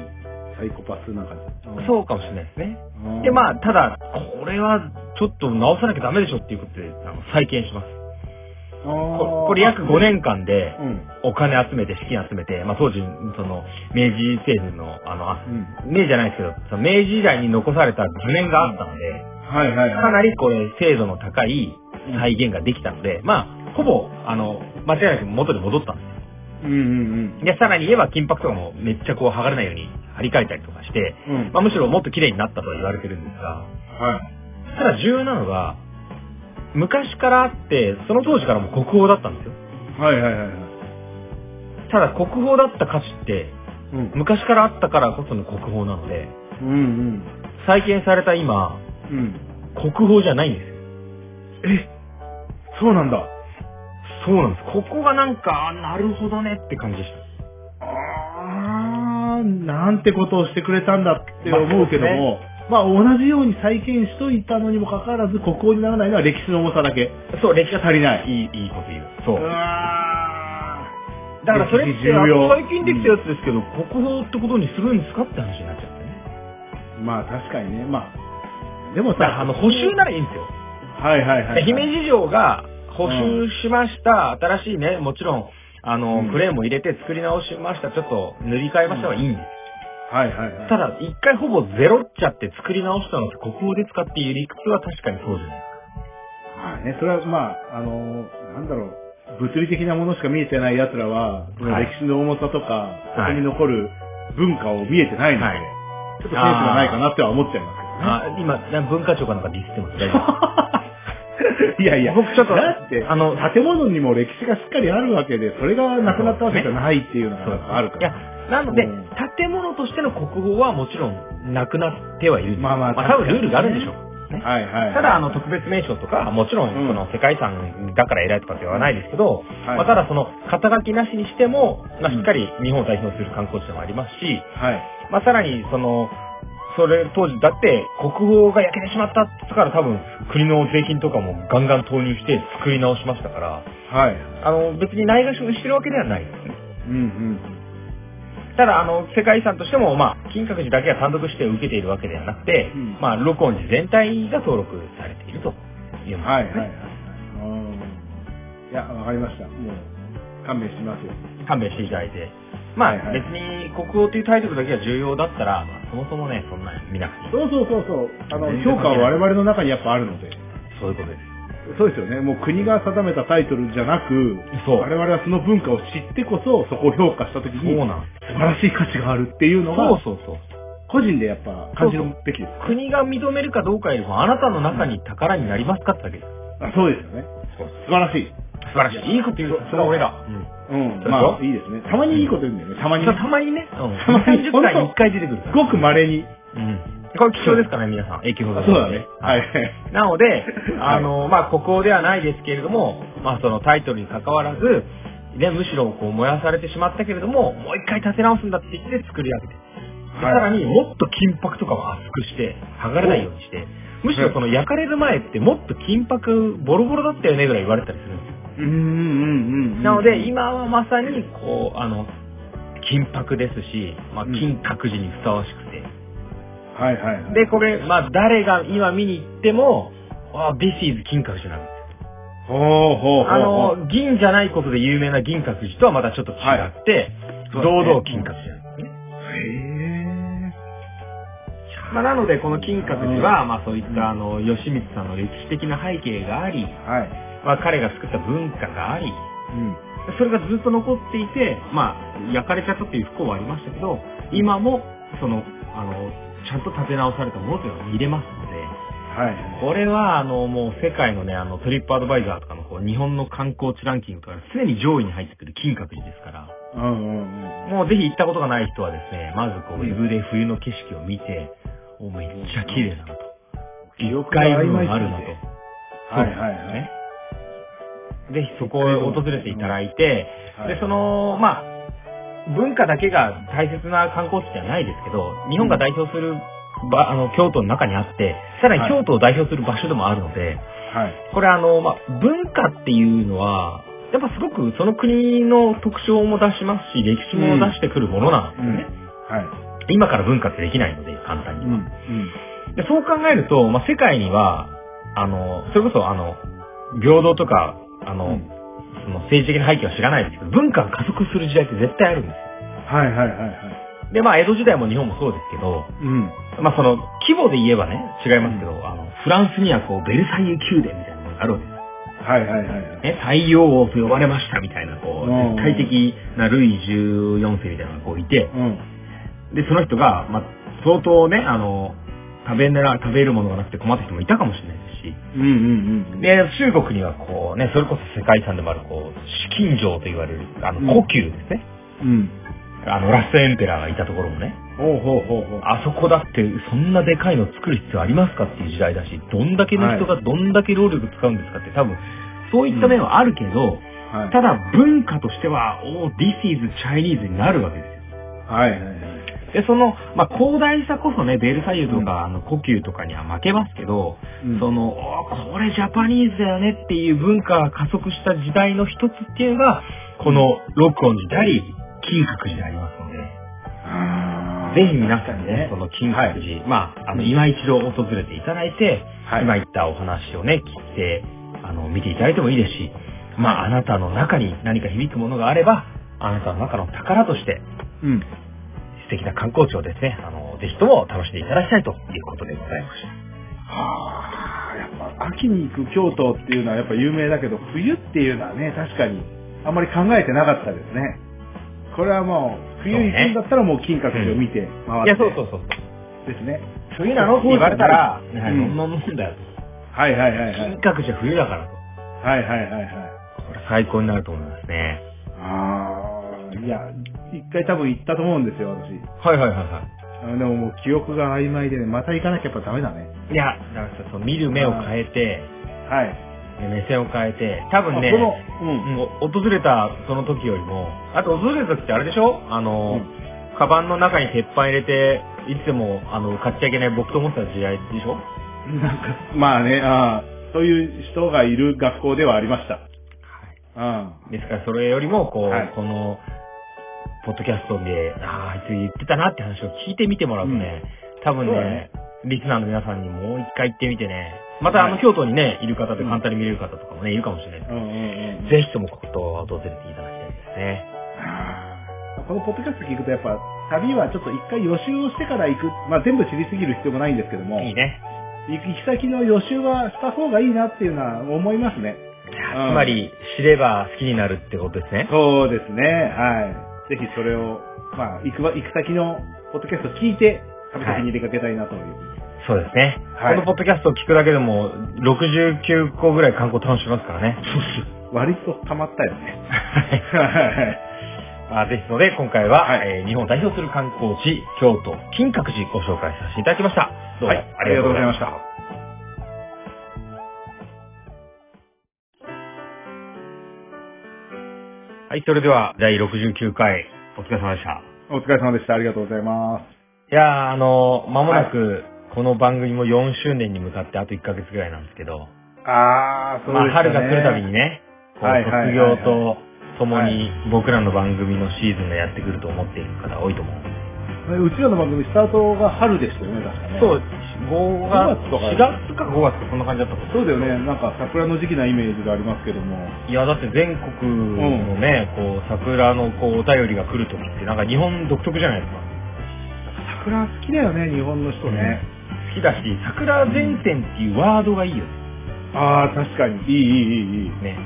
[SPEAKER 1] サイコパスなんか。
[SPEAKER 2] そうかもしれないですね。
[SPEAKER 1] うん。
[SPEAKER 2] で、
[SPEAKER 1] あ。
[SPEAKER 2] まあ、ただ、これは、ちょっと直さなきゃダメでしょっていうことで、あの、再建します。ここれ約5。年間で、
[SPEAKER 1] うん。
[SPEAKER 2] お金集めて、資金集めて、まあ、当時、その、明治政府の、あの、あ
[SPEAKER 1] うん。
[SPEAKER 2] 明治じゃないですけど、その明治時代に残された図面があったので、
[SPEAKER 1] はいはいはい。
[SPEAKER 2] かなりこれ、精度の高い
[SPEAKER 1] うん
[SPEAKER 2] 再現ができたので、まあ、ほぼ、あの、間違いなく元に戻ったんで
[SPEAKER 1] うんうん
[SPEAKER 2] す。で、さらに言えば金箔とかもめっちゃこう剥がれないように張り替えたりとかして、
[SPEAKER 1] うん。うん。
[SPEAKER 2] まあ、むしろもっと綺麗になったとは言われてるんですが、
[SPEAKER 1] はい。
[SPEAKER 2] ただ重要なのが、昔からあって、その当時からも国宝だったんですよ。
[SPEAKER 1] はいはいはいはい。
[SPEAKER 2] ただ国宝だった価値って、
[SPEAKER 1] うん。
[SPEAKER 2] 昔からあったからこその国宝なので、
[SPEAKER 1] うん
[SPEAKER 2] 再建された今、
[SPEAKER 1] うん。うん。
[SPEAKER 2] 国宝じゃないんですよ。
[SPEAKER 1] えそうなんだ。
[SPEAKER 2] そうなんです。ここがなんか、あなるほどねって感じでした。
[SPEAKER 1] あー、なんてことをしてくれたんだって思うけども、まあ、同じように再建しといたのにもかかわらず、国宝にならないのは歴史の重さだけ。
[SPEAKER 2] そう、歴史が。
[SPEAKER 1] 足りない
[SPEAKER 2] いい、いいこと言う。そうう。
[SPEAKER 1] わ
[SPEAKER 2] だからそれっ
[SPEAKER 1] 歴史
[SPEAKER 2] て、
[SPEAKER 1] 重
[SPEAKER 2] あ
[SPEAKER 1] 要
[SPEAKER 2] の最近できたやつですけど、国宝ってことにするんですかって話になっちゃってね。
[SPEAKER 1] ーまあ、確かにね。まあ、でも
[SPEAKER 2] だから
[SPEAKER 1] さ、
[SPEAKER 2] あの、補修ならいいんですよ。
[SPEAKER 1] はいはいはい。
[SPEAKER 2] 姫路城が補修しました、新しいね、もちろん、あの、
[SPEAKER 1] うん
[SPEAKER 2] フレームを入れて作り直しました、ちょっと塗り替えましたはいいんです。
[SPEAKER 1] はいはいはい。
[SPEAKER 2] ただ、一回ほぼゼロっちゃって作り直したのって国宝で使っていう理屈は確かにそうじゃない
[SPEAKER 1] まあね、それはまあ、あのーなんだろう、物理的なものしか見えてない奴らは、その
[SPEAKER 2] はい
[SPEAKER 1] 歴史の重さとか、そこ
[SPEAKER 2] い
[SPEAKER 1] に残る文化を見えてないので、
[SPEAKER 2] はい
[SPEAKER 1] ちょっとセンスがないかなっては思っちゃいます
[SPEAKER 2] あ今、な文化庁かなんかディスって ま
[SPEAKER 1] けどね。
[SPEAKER 2] す。大丈夫
[SPEAKER 1] いやいや、
[SPEAKER 2] 僕ちょっと
[SPEAKER 1] だって、
[SPEAKER 2] あの
[SPEAKER 1] 建物にも歴史がしっかりあるわけで、それがなくなったわけじゃないっていうの
[SPEAKER 2] そうです
[SPEAKER 1] があるか
[SPEAKER 2] いや
[SPEAKER 1] ら。、
[SPEAKER 2] なので
[SPEAKER 1] うん、
[SPEAKER 2] 建物としての国宝はもちろんなくなってはいるんです。
[SPEAKER 1] まあまあ
[SPEAKER 2] 多分ルールがあるんでしょう。ね
[SPEAKER 1] はいはい。
[SPEAKER 2] ただ、あの、特別名称とか、もちろん、
[SPEAKER 1] うん
[SPEAKER 2] その、世界遺産だから偉いとかって言わないですけど、
[SPEAKER 1] はい
[SPEAKER 2] まあ、ただ、その、肩書きなしにしても、まあ、
[SPEAKER 1] うん
[SPEAKER 2] しっかり日本を代表する観光地でもありますし、
[SPEAKER 1] はい。
[SPEAKER 2] まあ、さらに、その、それ当時、だって、国宝が焼けてしまったって言ったから多分、国の税金とかもガンガン投入して作り直しましたから、
[SPEAKER 1] はい。
[SPEAKER 2] あの、別にないがしろにしてるわけではない。
[SPEAKER 1] うんうん。
[SPEAKER 2] ただ、あの、世界遺産としても、まあ、金閣寺だけが単独して受けているわけではなくて、
[SPEAKER 1] うん
[SPEAKER 2] まあ、録音寺全体が登録されているというもの
[SPEAKER 1] はい
[SPEAKER 2] で
[SPEAKER 1] は
[SPEAKER 2] す
[SPEAKER 1] いは
[SPEAKER 2] ね。
[SPEAKER 1] い。うんいや、わかりました。もう、勘弁しますよ。
[SPEAKER 2] 勘弁していただいて。まあ、
[SPEAKER 1] はいはい
[SPEAKER 2] 別に国宝というタイトルだけが重要だったら、まあ、そもそもね、そんなに見なくていい。
[SPEAKER 1] そうそうそうそう。あの、
[SPEAKER 2] 全然
[SPEAKER 1] 評価は我々の中にやっぱあるので。
[SPEAKER 2] そういうことです。
[SPEAKER 1] そうですよね。もう国が定めたタイトルじゃなく、
[SPEAKER 2] そう
[SPEAKER 1] 我々はその文化を知ってこそ、そこを評価したときに、
[SPEAKER 2] そう
[SPEAKER 1] 素
[SPEAKER 2] なん。
[SPEAKER 1] 晴らしい価値があるっていうの
[SPEAKER 2] そう
[SPEAKER 1] が、
[SPEAKER 2] そうそう。
[SPEAKER 1] 個人でやっぱ感じるべきです。
[SPEAKER 2] 国が認めるかどうかよりも、あなたの中に宝になりますかってだけです。
[SPEAKER 1] あそうですよね。
[SPEAKER 2] そう
[SPEAKER 1] 素晴らしい。
[SPEAKER 2] 素晴らしい。いいこと言う。それは俺ら。うん。
[SPEAKER 1] うん
[SPEAKER 2] そう。
[SPEAKER 1] ま
[SPEAKER 2] でしょ
[SPEAKER 1] あ、いいですね。たまにいいこと言うんだよね。たまに
[SPEAKER 2] そ
[SPEAKER 1] ね。
[SPEAKER 2] れたまにね、うん。
[SPEAKER 1] たまに
[SPEAKER 2] 30回に1回出てくるか
[SPEAKER 1] す
[SPEAKER 2] ら。
[SPEAKER 1] ごく稀に。
[SPEAKER 2] うん。これ貴重ですからね、皆さん。永久保存版で
[SPEAKER 1] はい。
[SPEAKER 2] なので、あの、まあ、国王ではないですけれども、まあ、そのタイトルに関わらず、ね、むしろこう燃やされてしまったけれども、もう一回立て直すんだって言って作り上げて。でさらにもっと金箔とかを厚くして、剥がれないようにして、むしろその焼かれる前ってもっと金箔ボロボロだったよねぐらい言われたりするんですよ。
[SPEAKER 1] うんうんうんうん。
[SPEAKER 2] なので、今はまさに、こう、あの、金箔ですし、まあ、
[SPEAKER 1] うん
[SPEAKER 2] 金閣寺にふさわしくて、
[SPEAKER 1] はいはいはい。
[SPEAKER 2] で、これ、まあ、誰が今見に行っても、あ、This is 金閣寺なんです。
[SPEAKER 1] ほうほうほうほう。
[SPEAKER 2] あの、銀じゃないことで有名な銀閣寺とはまたちょっと違って、
[SPEAKER 1] そうですね
[SPEAKER 2] 堂々金閣寺なんですね。
[SPEAKER 1] へ
[SPEAKER 2] まあ、なので、この金閣寺は、まあ、そういった、あの、吉光さんの歴史的な背景があ
[SPEAKER 1] ー
[SPEAKER 2] り、
[SPEAKER 1] はい。
[SPEAKER 2] まあ、彼が作った文化があり、
[SPEAKER 1] うん。
[SPEAKER 2] それがずっと残っていて、まあ、焼かれちゃったっていう不幸はありましたけど、今も、その、あの、ちゃんと立て直されたものというのが見れますので、
[SPEAKER 1] はい。
[SPEAKER 2] これは、あの、もう世界のね、あの、トリップアドバイザーとかのこう、日本の観光地ランキングとか、常に上位に入ってくる金閣寺ですから、
[SPEAKER 1] うんうんうん。
[SPEAKER 2] もうぜひ行ったことがない人はですね、まずこう、ウェブで冬の景色を見て、お、めっちゃ綺麗だなと。
[SPEAKER 1] 記憶が
[SPEAKER 2] 外
[SPEAKER 1] 曖
[SPEAKER 2] 部
[SPEAKER 1] 昧
[SPEAKER 2] もあるな
[SPEAKER 1] すぎて
[SPEAKER 2] と。
[SPEAKER 1] はいはいはい。
[SPEAKER 2] ね。ぜひそこを訪れていただいて、
[SPEAKER 1] はい
[SPEAKER 2] で、その、まあ、文化だけが大切な観光地じゃないですけど、日本が代表するば、あの、京都の中にあって、さらに京都を代表する場所でもあるので、
[SPEAKER 1] はい。
[SPEAKER 2] これあの、まあ、文化っていうのは、やっぱすごくその国の特徴も出しますし、歴史も出してくるものなんですよね。
[SPEAKER 1] はい。
[SPEAKER 2] 今から文化ってできないので、簡単
[SPEAKER 1] う
[SPEAKER 2] に。
[SPEAKER 1] ん。うん。
[SPEAKER 2] でそう考えると、まあ、世界には、あの、それこそあの、平等とか、あの、
[SPEAKER 1] うん
[SPEAKER 2] その政治的な背景は知らないですけど、文化が加速する時代って絶対あるんです
[SPEAKER 1] はいはいはいはい。
[SPEAKER 2] よ。で、まあ、江戸時代も日本もそうですけど、
[SPEAKER 1] うん。
[SPEAKER 2] まあ、その、規模で言えばね、違いますけど、あの、フランスにはこう、ベルサイユ宮殿みたいなものがあるわけです。
[SPEAKER 1] はいはいはいはい。
[SPEAKER 2] ね、太陽王と呼ばれましたみたいな、こう、
[SPEAKER 1] うん
[SPEAKER 2] 絶対的なルイ14世みたいなのがこういて、
[SPEAKER 1] うん。
[SPEAKER 2] で、その人が、まあ、相当ね、あの、食べなら、食べるものがなくて困った人もいたかもしれないですし、
[SPEAKER 1] うんうんうん。
[SPEAKER 2] で、中国にはこうね、それこそ世界遺産でもある、こう、紫禁城と言われる、あの、
[SPEAKER 1] うん
[SPEAKER 2] 故宮ですね。
[SPEAKER 1] うん。
[SPEAKER 2] あの、ラストエンペラーがいたところもね、
[SPEAKER 1] ほうほうほうほう。
[SPEAKER 2] あそこだって、そんなでかいの作る必要ありますかっていう時代だし、どんだけの人がどんだけ労力使うんですかって、多分、そういった面はあるけど、
[SPEAKER 1] はい。
[SPEAKER 2] ただ文化としては、おー this is Chinese になるわけです
[SPEAKER 1] はいはいはい。
[SPEAKER 2] よ。で、その、まあ、広大さこそね、ベルサイユとか、あの、呼吸とかには負けますけど、
[SPEAKER 1] うん
[SPEAKER 2] その、おーこれジャパニーズだよねっていう文化が加速した時代の一つっていうのが、このロ音にであり、金閣寺でありますので、
[SPEAKER 1] あー
[SPEAKER 2] ぜひ皆さんね、その金
[SPEAKER 1] は
[SPEAKER 2] 閣
[SPEAKER 1] い。
[SPEAKER 2] 寺、まあ、あの、
[SPEAKER 1] うん
[SPEAKER 2] 今一度訪れていただいて、
[SPEAKER 1] はい
[SPEAKER 2] 今言ったお話をね、聞いて、あの、見ていただいてもいいですし、まあ、あなたの中に何か響くものがあれば、あなたの中の宝として、
[SPEAKER 1] うん。
[SPEAKER 2] 素敵な観光地をですね、あの、ぜひとも楽しんでいただきたいということでございまし
[SPEAKER 1] はあ、やっぱ秋に行く京都っていうのはやっぱ有名だけど、冬っていうのはね、確かにあんまり考えてなかったですね。これはもう、冬行くんだったらもう金閣寺を見て回
[SPEAKER 2] た。
[SPEAKER 1] って。
[SPEAKER 2] いや、そうそうそうそう。
[SPEAKER 1] ですね。
[SPEAKER 2] 冬なのって言われたら、
[SPEAKER 1] うん
[SPEAKER 2] いやのんのんのんだよと。
[SPEAKER 1] はいはいはいはい
[SPEAKER 2] 金。閣寺は冬だからと。
[SPEAKER 1] はいはいはいはい。
[SPEAKER 2] これ最高になると思いますね。
[SPEAKER 1] ああ、いや、一回多分行ったと思うんですよ、私。
[SPEAKER 2] はいはいはいは
[SPEAKER 1] あでももう記憶が曖昧でね、また行かなきゃやっぱダメだね。
[SPEAKER 2] い。いや、だからさ、その見る目を変えて、
[SPEAKER 1] はい。
[SPEAKER 2] で目線を変えて、多分ね、
[SPEAKER 1] あこの、うん。
[SPEAKER 2] うんお訪れたその時よりも、あと訪れた時ってあれでしょあの、
[SPEAKER 1] うん
[SPEAKER 2] カバンの中に鉄板入れて、いつでも、あの、買っちゃいけない僕と思ってた時代でしょ
[SPEAKER 1] なんか、まあね、ああ、そういう人がいる学校ではありました。うん。
[SPEAKER 2] ですから、それよりも、こう、
[SPEAKER 1] はい
[SPEAKER 2] この、ポッドキャストで、ああ、あいつ言ってたなって話を聞いてみてもらうとね、多分
[SPEAKER 1] そうだ
[SPEAKER 2] ね
[SPEAKER 1] ね、
[SPEAKER 2] リスナーの皆さんにもう一回行ってみてね、またあの、
[SPEAKER 1] はい
[SPEAKER 2] 京都にね、いる方で簡単に見れる方とかもね、いるかもしれないです
[SPEAKER 1] うんうんうん。
[SPEAKER 2] ぜひともこことを訪れていただきたいですね。
[SPEAKER 1] あーこのポッドキャスト聞くとやっぱ、旅はちょっと一回予習をしてから行く。まあ全部知りすぎる必要もないんですけども。
[SPEAKER 2] いいね。
[SPEAKER 1] 行き先の予習はした方がいいなっていうのは思いますね。うん
[SPEAKER 2] つまり、知れば好きになるってことですね。
[SPEAKER 1] そうですね。はい。ぜひそれを、まあ、行くわ、行く先のポッドキャストを聞いて、旅先に出かけたいなという。
[SPEAKER 2] そうですね。
[SPEAKER 1] はい
[SPEAKER 2] このポッドキャストを聞くだけでも、69個ぐらい観光楽しめますからね。
[SPEAKER 1] 割と溜まったよね。
[SPEAKER 2] はい
[SPEAKER 1] は
[SPEAKER 2] あですので、今回は、
[SPEAKER 1] はい
[SPEAKER 2] えー日本を代表する観光地、京都、金閣寺ご紹介させていただきました。どうも、
[SPEAKER 1] い。ありがとうございまし。た。
[SPEAKER 2] はい、それでは、第69回、お疲れ様でした。
[SPEAKER 1] お疲れ様でした。ありがとうございます。
[SPEAKER 2] いやー、あのー、間もなく、この番組も4周年に向かってあと1ヶ月ぐらいなんですけど、
[SPEAKER 1] あー、そう
[SPEAKER 2] まあ、
[SPEAKER 1] ですね。
[SPEAKER 2] 春が来るたびにね、こう
[SPEAKER 1] はいはいはいはい
[SPEAKER 2] 卒業とともに僕らの番組のシーズンがやってくると思っている方多いと思うんです
[SPEAKER 1] うちらの番組スタートが春でしたよね、確かね。
[SPEAKER 2] そう、5
[SPEAKER 1] 月とか
[SPEAKER 2] 4月か5月かそんな感じだったと思
[SPEAKER 1] そうだよね。なんか桜の時期なイメージがありますけども。
[SPEAKER 2] いや、だって全国のね、こう、桜のこう、お便りが来るときって、なんか日本独特じゃないですか。
[SPEAKER 1] 桜好きだよね、日本の人ね。
[SPEAKER 2] 好きだし、桜前線っていうワードがいいよ
[SPEAKER 1] あー、確かに。いい、いい、いい、いい。
[SPEAKER 2] ね。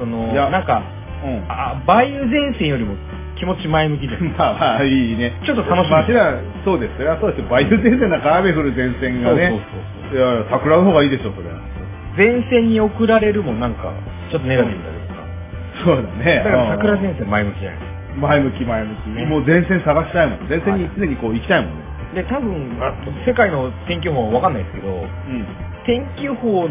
[SPEAKER 2] その、
[SPEAKER 1] いや
[SPEAKER 2] なんか、
[SPEAKER 1] うん。
[SPEAKER 2] あ梅雨前線よりも気持ち前向きです。
[SPEAKER 1] まあまあ、いいね。
[SPEAKER 2] ちょっと楽しみ
[SPEAKER 1] まあ、そりゃそうです。そりゃそうですよ。梅雨前線なんか雨降る前線がね。
[SPEAKER 2] そうそう
[SPEAKER 1] いやいや、桜の方がいいでしょ、そりゃ。
[SPEAKER 2] 前線に送られるもなんか、ちょっとネガティブだけどさ。
[SPEAKER 1] そうだね。
[SPEAKER 2] だから桜
[SPEAKER 1] うん
[SPEAKER 2] 前線前向きじゃないで
[SPEAKER 1] 前向き前向き。
[SPEAKER 2] ね
[SPEAKER 1] もう前線探したいもん。前線に常にこう行きたいもんね。
[SPEAKER 2] すか。で、多分、あ世界の天気予報はわかんないですけど、天気予報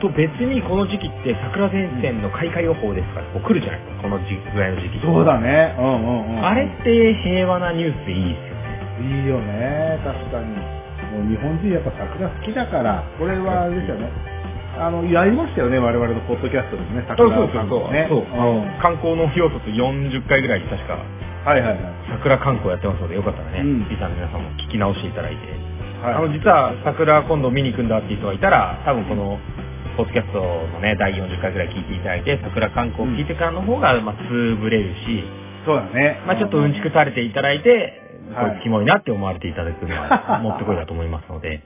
[SPEAKER 2] と別にこの時期って桜前線の開花予報ですから、こう来るじゃないですか、この時ぐらいの時期。
[SPEAKER 1] そうだね。うんうんうん。
[SPEAKER 2] あれって平和なニュースでいいですよね。
[SPEAKER 1] いいよね、確かに。もう日本人やっぱ桜好きだから、これはあれですよね。あの、やりましたよね、我々のポッドキャストですね、桜観光ね。
[SPEAKER 2] そう
[SPEAKER 1] うん
[SPEAKER 2] 観光の要素と40回ぐらい確か
[SPEAKER 1] はいはいはい。
[SPEAKER 2] 桜観光やってますので、よかったらね、
[SPEAKER 1] うん
[SPEAKER 2] リサの皆さんも聞き直していただいて、
[SPEAKER 1] はい
[SPEAKER 2] あの、実は桜今度見に行くんだっていう人がいたら、多分この、ポッドキャストのね、第40回ぐらい聞いていただいて、桜観光聞いてからの方が、まあ、つぶれるし、
[SPEAKER 1] そうだね。
[SPEAKER 2] まあちょっとうんちくされていただいて、
[SPEAKER 1] はい
[SPEAKER 2] これキモいなって思われていただく のは、もってこいだと思いますので。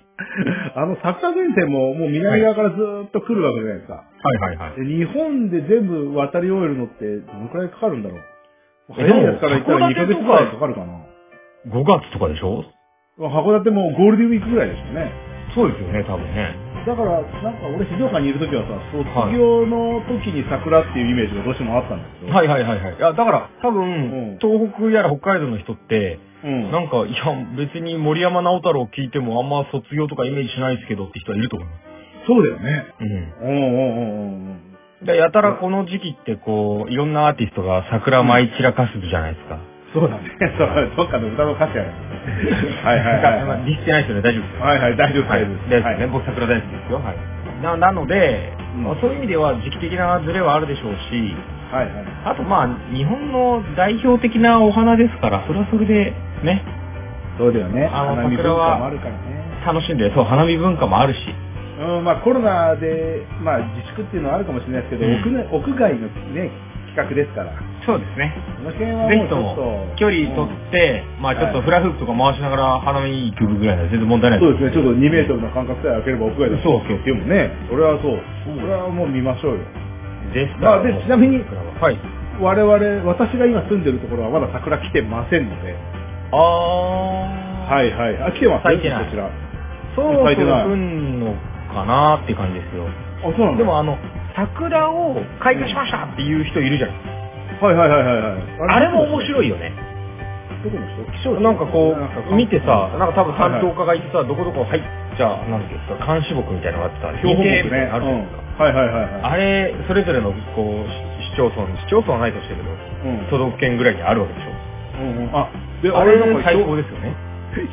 [SPEAKER 1] あの、桜前線ももう南側からずーっと来るわけじゃないですか。
[SPEAKER 2] はいはいはい。
[SPEAKER 1] で日本で全部渡り終えるのってどのくらいかかるんだろう。
[SPEAKER 2] え
[SPEAKER 1] 早いやつから言ったら2ヶ月くらいかかるかな。
[SPEAKER 2] 5月とかでしょ
[SPEAKER 1] 函館もゴールデンウィークぐらいでしたね。
[SPEAKER 2] そうですよね、多分ね。
[SPEAKER 1] だから、なんか俺静岡にいるときはさ、
[SPEAKER 2] はい
[SPEAKER 1] 卒業の時に桜っていうイメージがどうしてもあったんですよ。
[SPEAKER 2] はいはいはいはい。いや、だから、多
[SPEAKER 1] うん
[SPEAKER 2] 分、東北やら北海道の人って、
[SPEAKER 1] うん。
[SPEAKER 2] なんか、いや、別に森山直太郎聞いてもあんま卒業とかイメージしないですけどって人はいると思います。
[SPEAKER 1] そうだよね。
[SPEAKER 2] うん。
[SPEAKER 1] うんうんうんうん。
[SPEAKER 2] で、やたらこの時期ってこう、いろんなアーティストが桜舞い散らかすじゃないですか。
[SPEAKER 1] そうだね。 そう、どっかの歌の歌詞や ね。はいはいはい
[SPEAKER 2] まあ
[SPEAKER 1] はい。
[SPEAKER 2] ディスってないですよね、大丈夫ですよね
[SPEAKER 1] はいはい、大丈夫
[SPEAKER 2] はい、
[SPEAKER 1] 大
[SPEAKER 2] 大
[SPEAKER 1] 丈
[SPEAKER 2] 好
[SPEAKER 1] 夫
[SPEAKER 2] きですね、僕桜大好きですよ。はい。ななので、
[SPEAKER 1] うん
[SPEAKER 2] まあそういう意味では時期的なズレはあるでしょうし、
[SPEAKER 1] はいはい。
[SPEAKER 2] あとまあ、日本の代表的なお花ですから、それはそれでね、
[SPEAKER 1] そうだよね。
[SPEAKER 2] あの
[SPEAKER 1] 花見文
[SPEAKER 2] 桜
[SPEAKER 1] 化
[SPEAKER 2] は
[SPEAKER 1] もあるからね。
[SPEAKER 2] 楽しんで、そう、花見文化もあるし、
[SPEAKER 1] うん、まあコロナで、まあ自粛っていうのはあるかもしれないですけど、
[SPEAKER 2] うん
[SPEAKER 1] 屋内屋外のね、企画ですから。
[SPEAKER 2] そうですね。
[SPEAKER 1] この辺はもう
[SPEAKER 2] ぜひと
[SPEAKER 1] ちょ
[SPEAKER 2] も
[SPEAKER 1] っ、と
[SPEAKER 2] 距離取って、まあちょっとフラフープとか回しながら花見行くぐらいなら全然問題ない
[SPEAKER 1] そうですね、ちょっと2メートルの間隔さえ空ければ屋外だ
[SPEAKER 2] そうそう
[SPEAKER 1] でもね、俺はそう。俺はもう見ましょうよ。
[SPEAKER 2] です
[SPEAKER 1] ま
[SPEAKER 2] か
[SPEAKER 1] あ
[SPEAKER 2] ら
[SPEAKER 1] で、ちなみに、
[SPEAKER 2] 桜ははい。
[SPEAKER 1] 我々、私が今住んでるところはまだ桜来てませんので。
[SPEAKER 2] あー。
[SPEAKER 1] はいはい。あ、来てます
[SPEAKER 2] 咲いてない
[SPEAKER 1] こちら。あ、
[SPEAKER 2] そろそろ来んのかなーって感じですよ。
[SPEAKER 1] そうなんだ。
[SPEAKER 2] でもあの、桜を開花しましたっていう人いるじゃないですか。
[SPEAKER 1] はいはいはいはいはい。
[SPEAKER 2] あれも面
[SPEAKER 1] い。
[SPEAKER 2] 白いよね。
[SPEAKER 1] どこの人気象庁
[SPEAKER 2] なんかこう、見てさ、なんか多分担当
[SPEAKER 1] はいはい
[SPEAKER 2] 家がいてさ、どこどこ、はい、じゃあ、なんていうんですか、監視木みたいなのがあってさ、
[SPEAKER 1] 標本木
[SPEAKER 2] 認定みたい
[SPEAKER 1] ね。
[SPEAKER 2] なのあるじゃないで
[SPEAKER 1] う
[SPEAKER 2] す
[SPEAKER 1] んはいはいはい
[SPEAKER 2] か。
[SPEAKER 1] はい。
[SPEAKER 2] あれ、それぞれの、こう、市市町村、市町村はないとしてるけど、
[SPEAKER 1] うん
[SPEAKER 2] 都道府県ぐらいにあるわけでしょ。
[SPEAKER 1] うんうんあ、で、
[SPEAKER 2] あ
[SPEAKER 1] あ
[SPEAKER 2] れ
[SPEAKER 1] れなん
[SPEAKER 2] の
[SPEAKER 1] か
[SPEAKER 2] 最
[SPEAKER 1] 標
[SPEAKER 2] 高ですよね。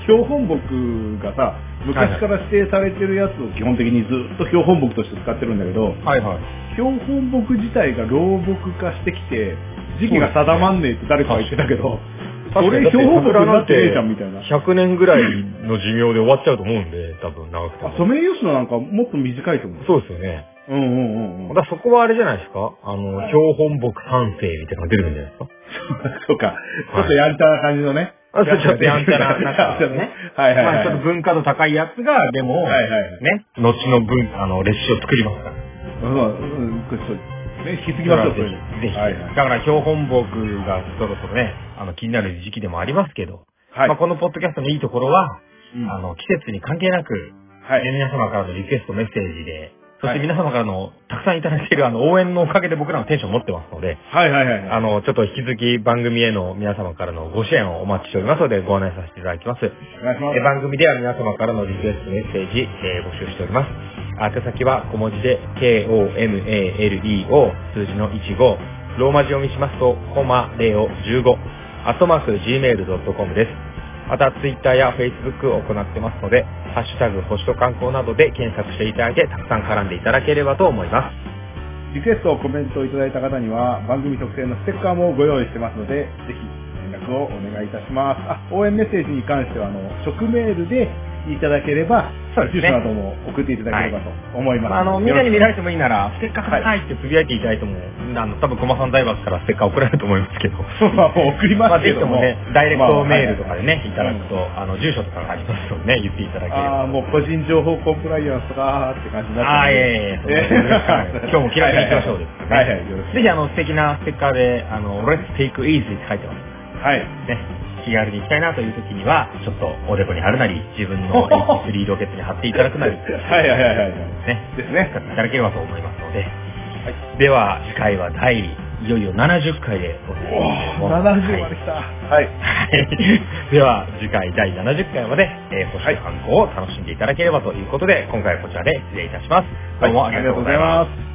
[SPEAKER 1] 標本木がさ、昔から指定されてるやつを基本的にずっと標本木として使ってるんだけど、
[SPEAKER 2] はいはい。
[SPEAKER 1] 標本木自体が老木化してきて、時期が定まんねえって誰かが言ってたけど、そ
[SPEAKER 2] 確か
[SPEAKER 1] れ
[SPEAKER 2] に
[SPEAKER 1] 標本木になってねえじゃん
[SPEAKER 2] だ
[SPEAKER 1] みたいな。
[SPEAKER 2] 100年ぐらいの寿命で終わっちゃうと思うんで、多分長くて
[SPEAKER 1] あ
[SPEAKER 2] も。
[SPEAKER 1] ソメイヨシノなんかもっと短いと思う。
[SPEAKER 2] そうですよね。
[SPEAKER 1] うんうんうんうん
[SPEAKER 2] だ。からそこはあれじゃないですかあの、標本木三世みたいなのが出てくるんじゃないですか
[SPEAKER 1] そうか。ちょっとやんちゃな感じのね。
[SPEAKER 2] あそうちょっとやんちゃな、なんかね。
[SPEAKER 1] はいはい
[SPEAKER 2] ま
[SPEAKER 1] は
[SPEAKER 2] あ
[SPEAKER 1] い。
[SPEAKER 2] ちょっと文化度高いやつが、でも、
[SPEAKER 1] はいはい
[SPEAKER 2] ね、後の文化、あの、歴史を作りますから。
[SPEAKER 1] うん、うん、これちょっと、ね、引き継ぎましょう、
[SPEAKER 2] ぜひ。ぜひ。
[SPEAKER 1] はい
[SPEAKER 2] だ
[SPEAKER 1] はい。
[SPEAKER 2] から標本木がそろそろね、あの、気になる時期でもありますけど、
[SPEAKER 1] はい
[SPEAKER 2] まあ、このポッドキャストのいいところは、
[SPEAKER 1] うん
[SPEAKER 2] あの、季節に関係なく、
[SPEAKER 1] はい。
[SPEAKER 2] 皆様からのリクエストメッセージで、そし
[SPEAKER 1] は
[SPEAKER 2] て
[SPEAKER 1] い
[SPEAKER 2] 皆様からの、たくさんいただいているあの、応援のおかげで僕らのテンション持ってますので、
[SPEAKER 1] はいはいはい。
[SPEAKER 2] あの、ちょっと引き続き番組への皆様からのご支援をお待ちしておりますので、ご案内させていただきます。
[SPEAKER 1] お願いします
[SPEAKER 2] え。番組では皆様からのリクエストメッセージ、えー募集しております。宛先は小文字で、k-o-m-a-l-e-o 数字の15、ローマ字読みしますと、コマレオ15、アットマーク gmail.com です。また、ツイッターやフェイスブックを行ってますので、ハッシュタグ、星と観光などで検索していただいて、たくさん絡んでいただければと思います。
[SPEAKER 1] リクエスト、コメントをいただいた方には、番組特製のステッカーもご用意してますので、ぜひ連絡をお願いいたします。あ、応援メッセージに関しては、あの、直メールでいただければ、
[SPEAKER 2] そうです
[SPEAKER 1] 住
[SPEAKER 2] ね
[SPEAKER 1] 所なども送っていただければと思います。
[SPEAKER 2] まあ、あの、みんなに見られ
[SPEAKER 1] て
[SPEAKER 2] てもいいなら、ステッカーくださいってつぶやいていただいても、あの、多分、コマさん財閥からステッカー送られると思い ますけど。
[SPEAKER 1] まあ、送りますけ
[SPEAKER 2] ぜひ
[SPEAKER 1] ど
[SPEAKER 2] と
[SPEAKER 1] も。
[SPEAKER 2] もね、ダイレクトメールとかでね、いた
[SPEAKER 1] まあ
[SPEAKER 2] だくと、あの、住所とかがありますのでね、言っていただければ。
[SPEAKER 1] ああ、もう個人情報コンプライアンスとかーって感じになって
[SPEAKER 2] ああ、いやいやいや、そんなことないですはい今日も気楽に行きましょうですね。
[SPEAKER 1] はいはい、よろしく。
[SPEAKER 2] ぜひ、あの、素敵なステッカーで、あの、Let's Take Easy って書いてます。
[SPEAKER 1] はい。
[SPEAKER 2] ね、気軽に行きたいなという時には、ちょっとおでこに貼るなり、自分の3ロケットに貼っていただくなり、
[SPEAKER 1] はいはいはいはい。
[SPEAKER 2] ね、
[SPEAKER 1] ですね
[SPEAKER 2] 使。っていただければと思いますので。では、次回は第、いよいよ70回でお
[SPEAKER 1] お
[SPEAKER 2] 届けし
[SPEAKER 1] お、70
[SPEAKER 2] ます
[SPEAKER 1] まで来た。はい。
[SPEAKER 2] はい。では、次回第70回まで、えー、星の観光を楽しんでいただければということで、今回はこちらで失礼いたします。どうもありがとうございます。
[SPEAKER 1] す。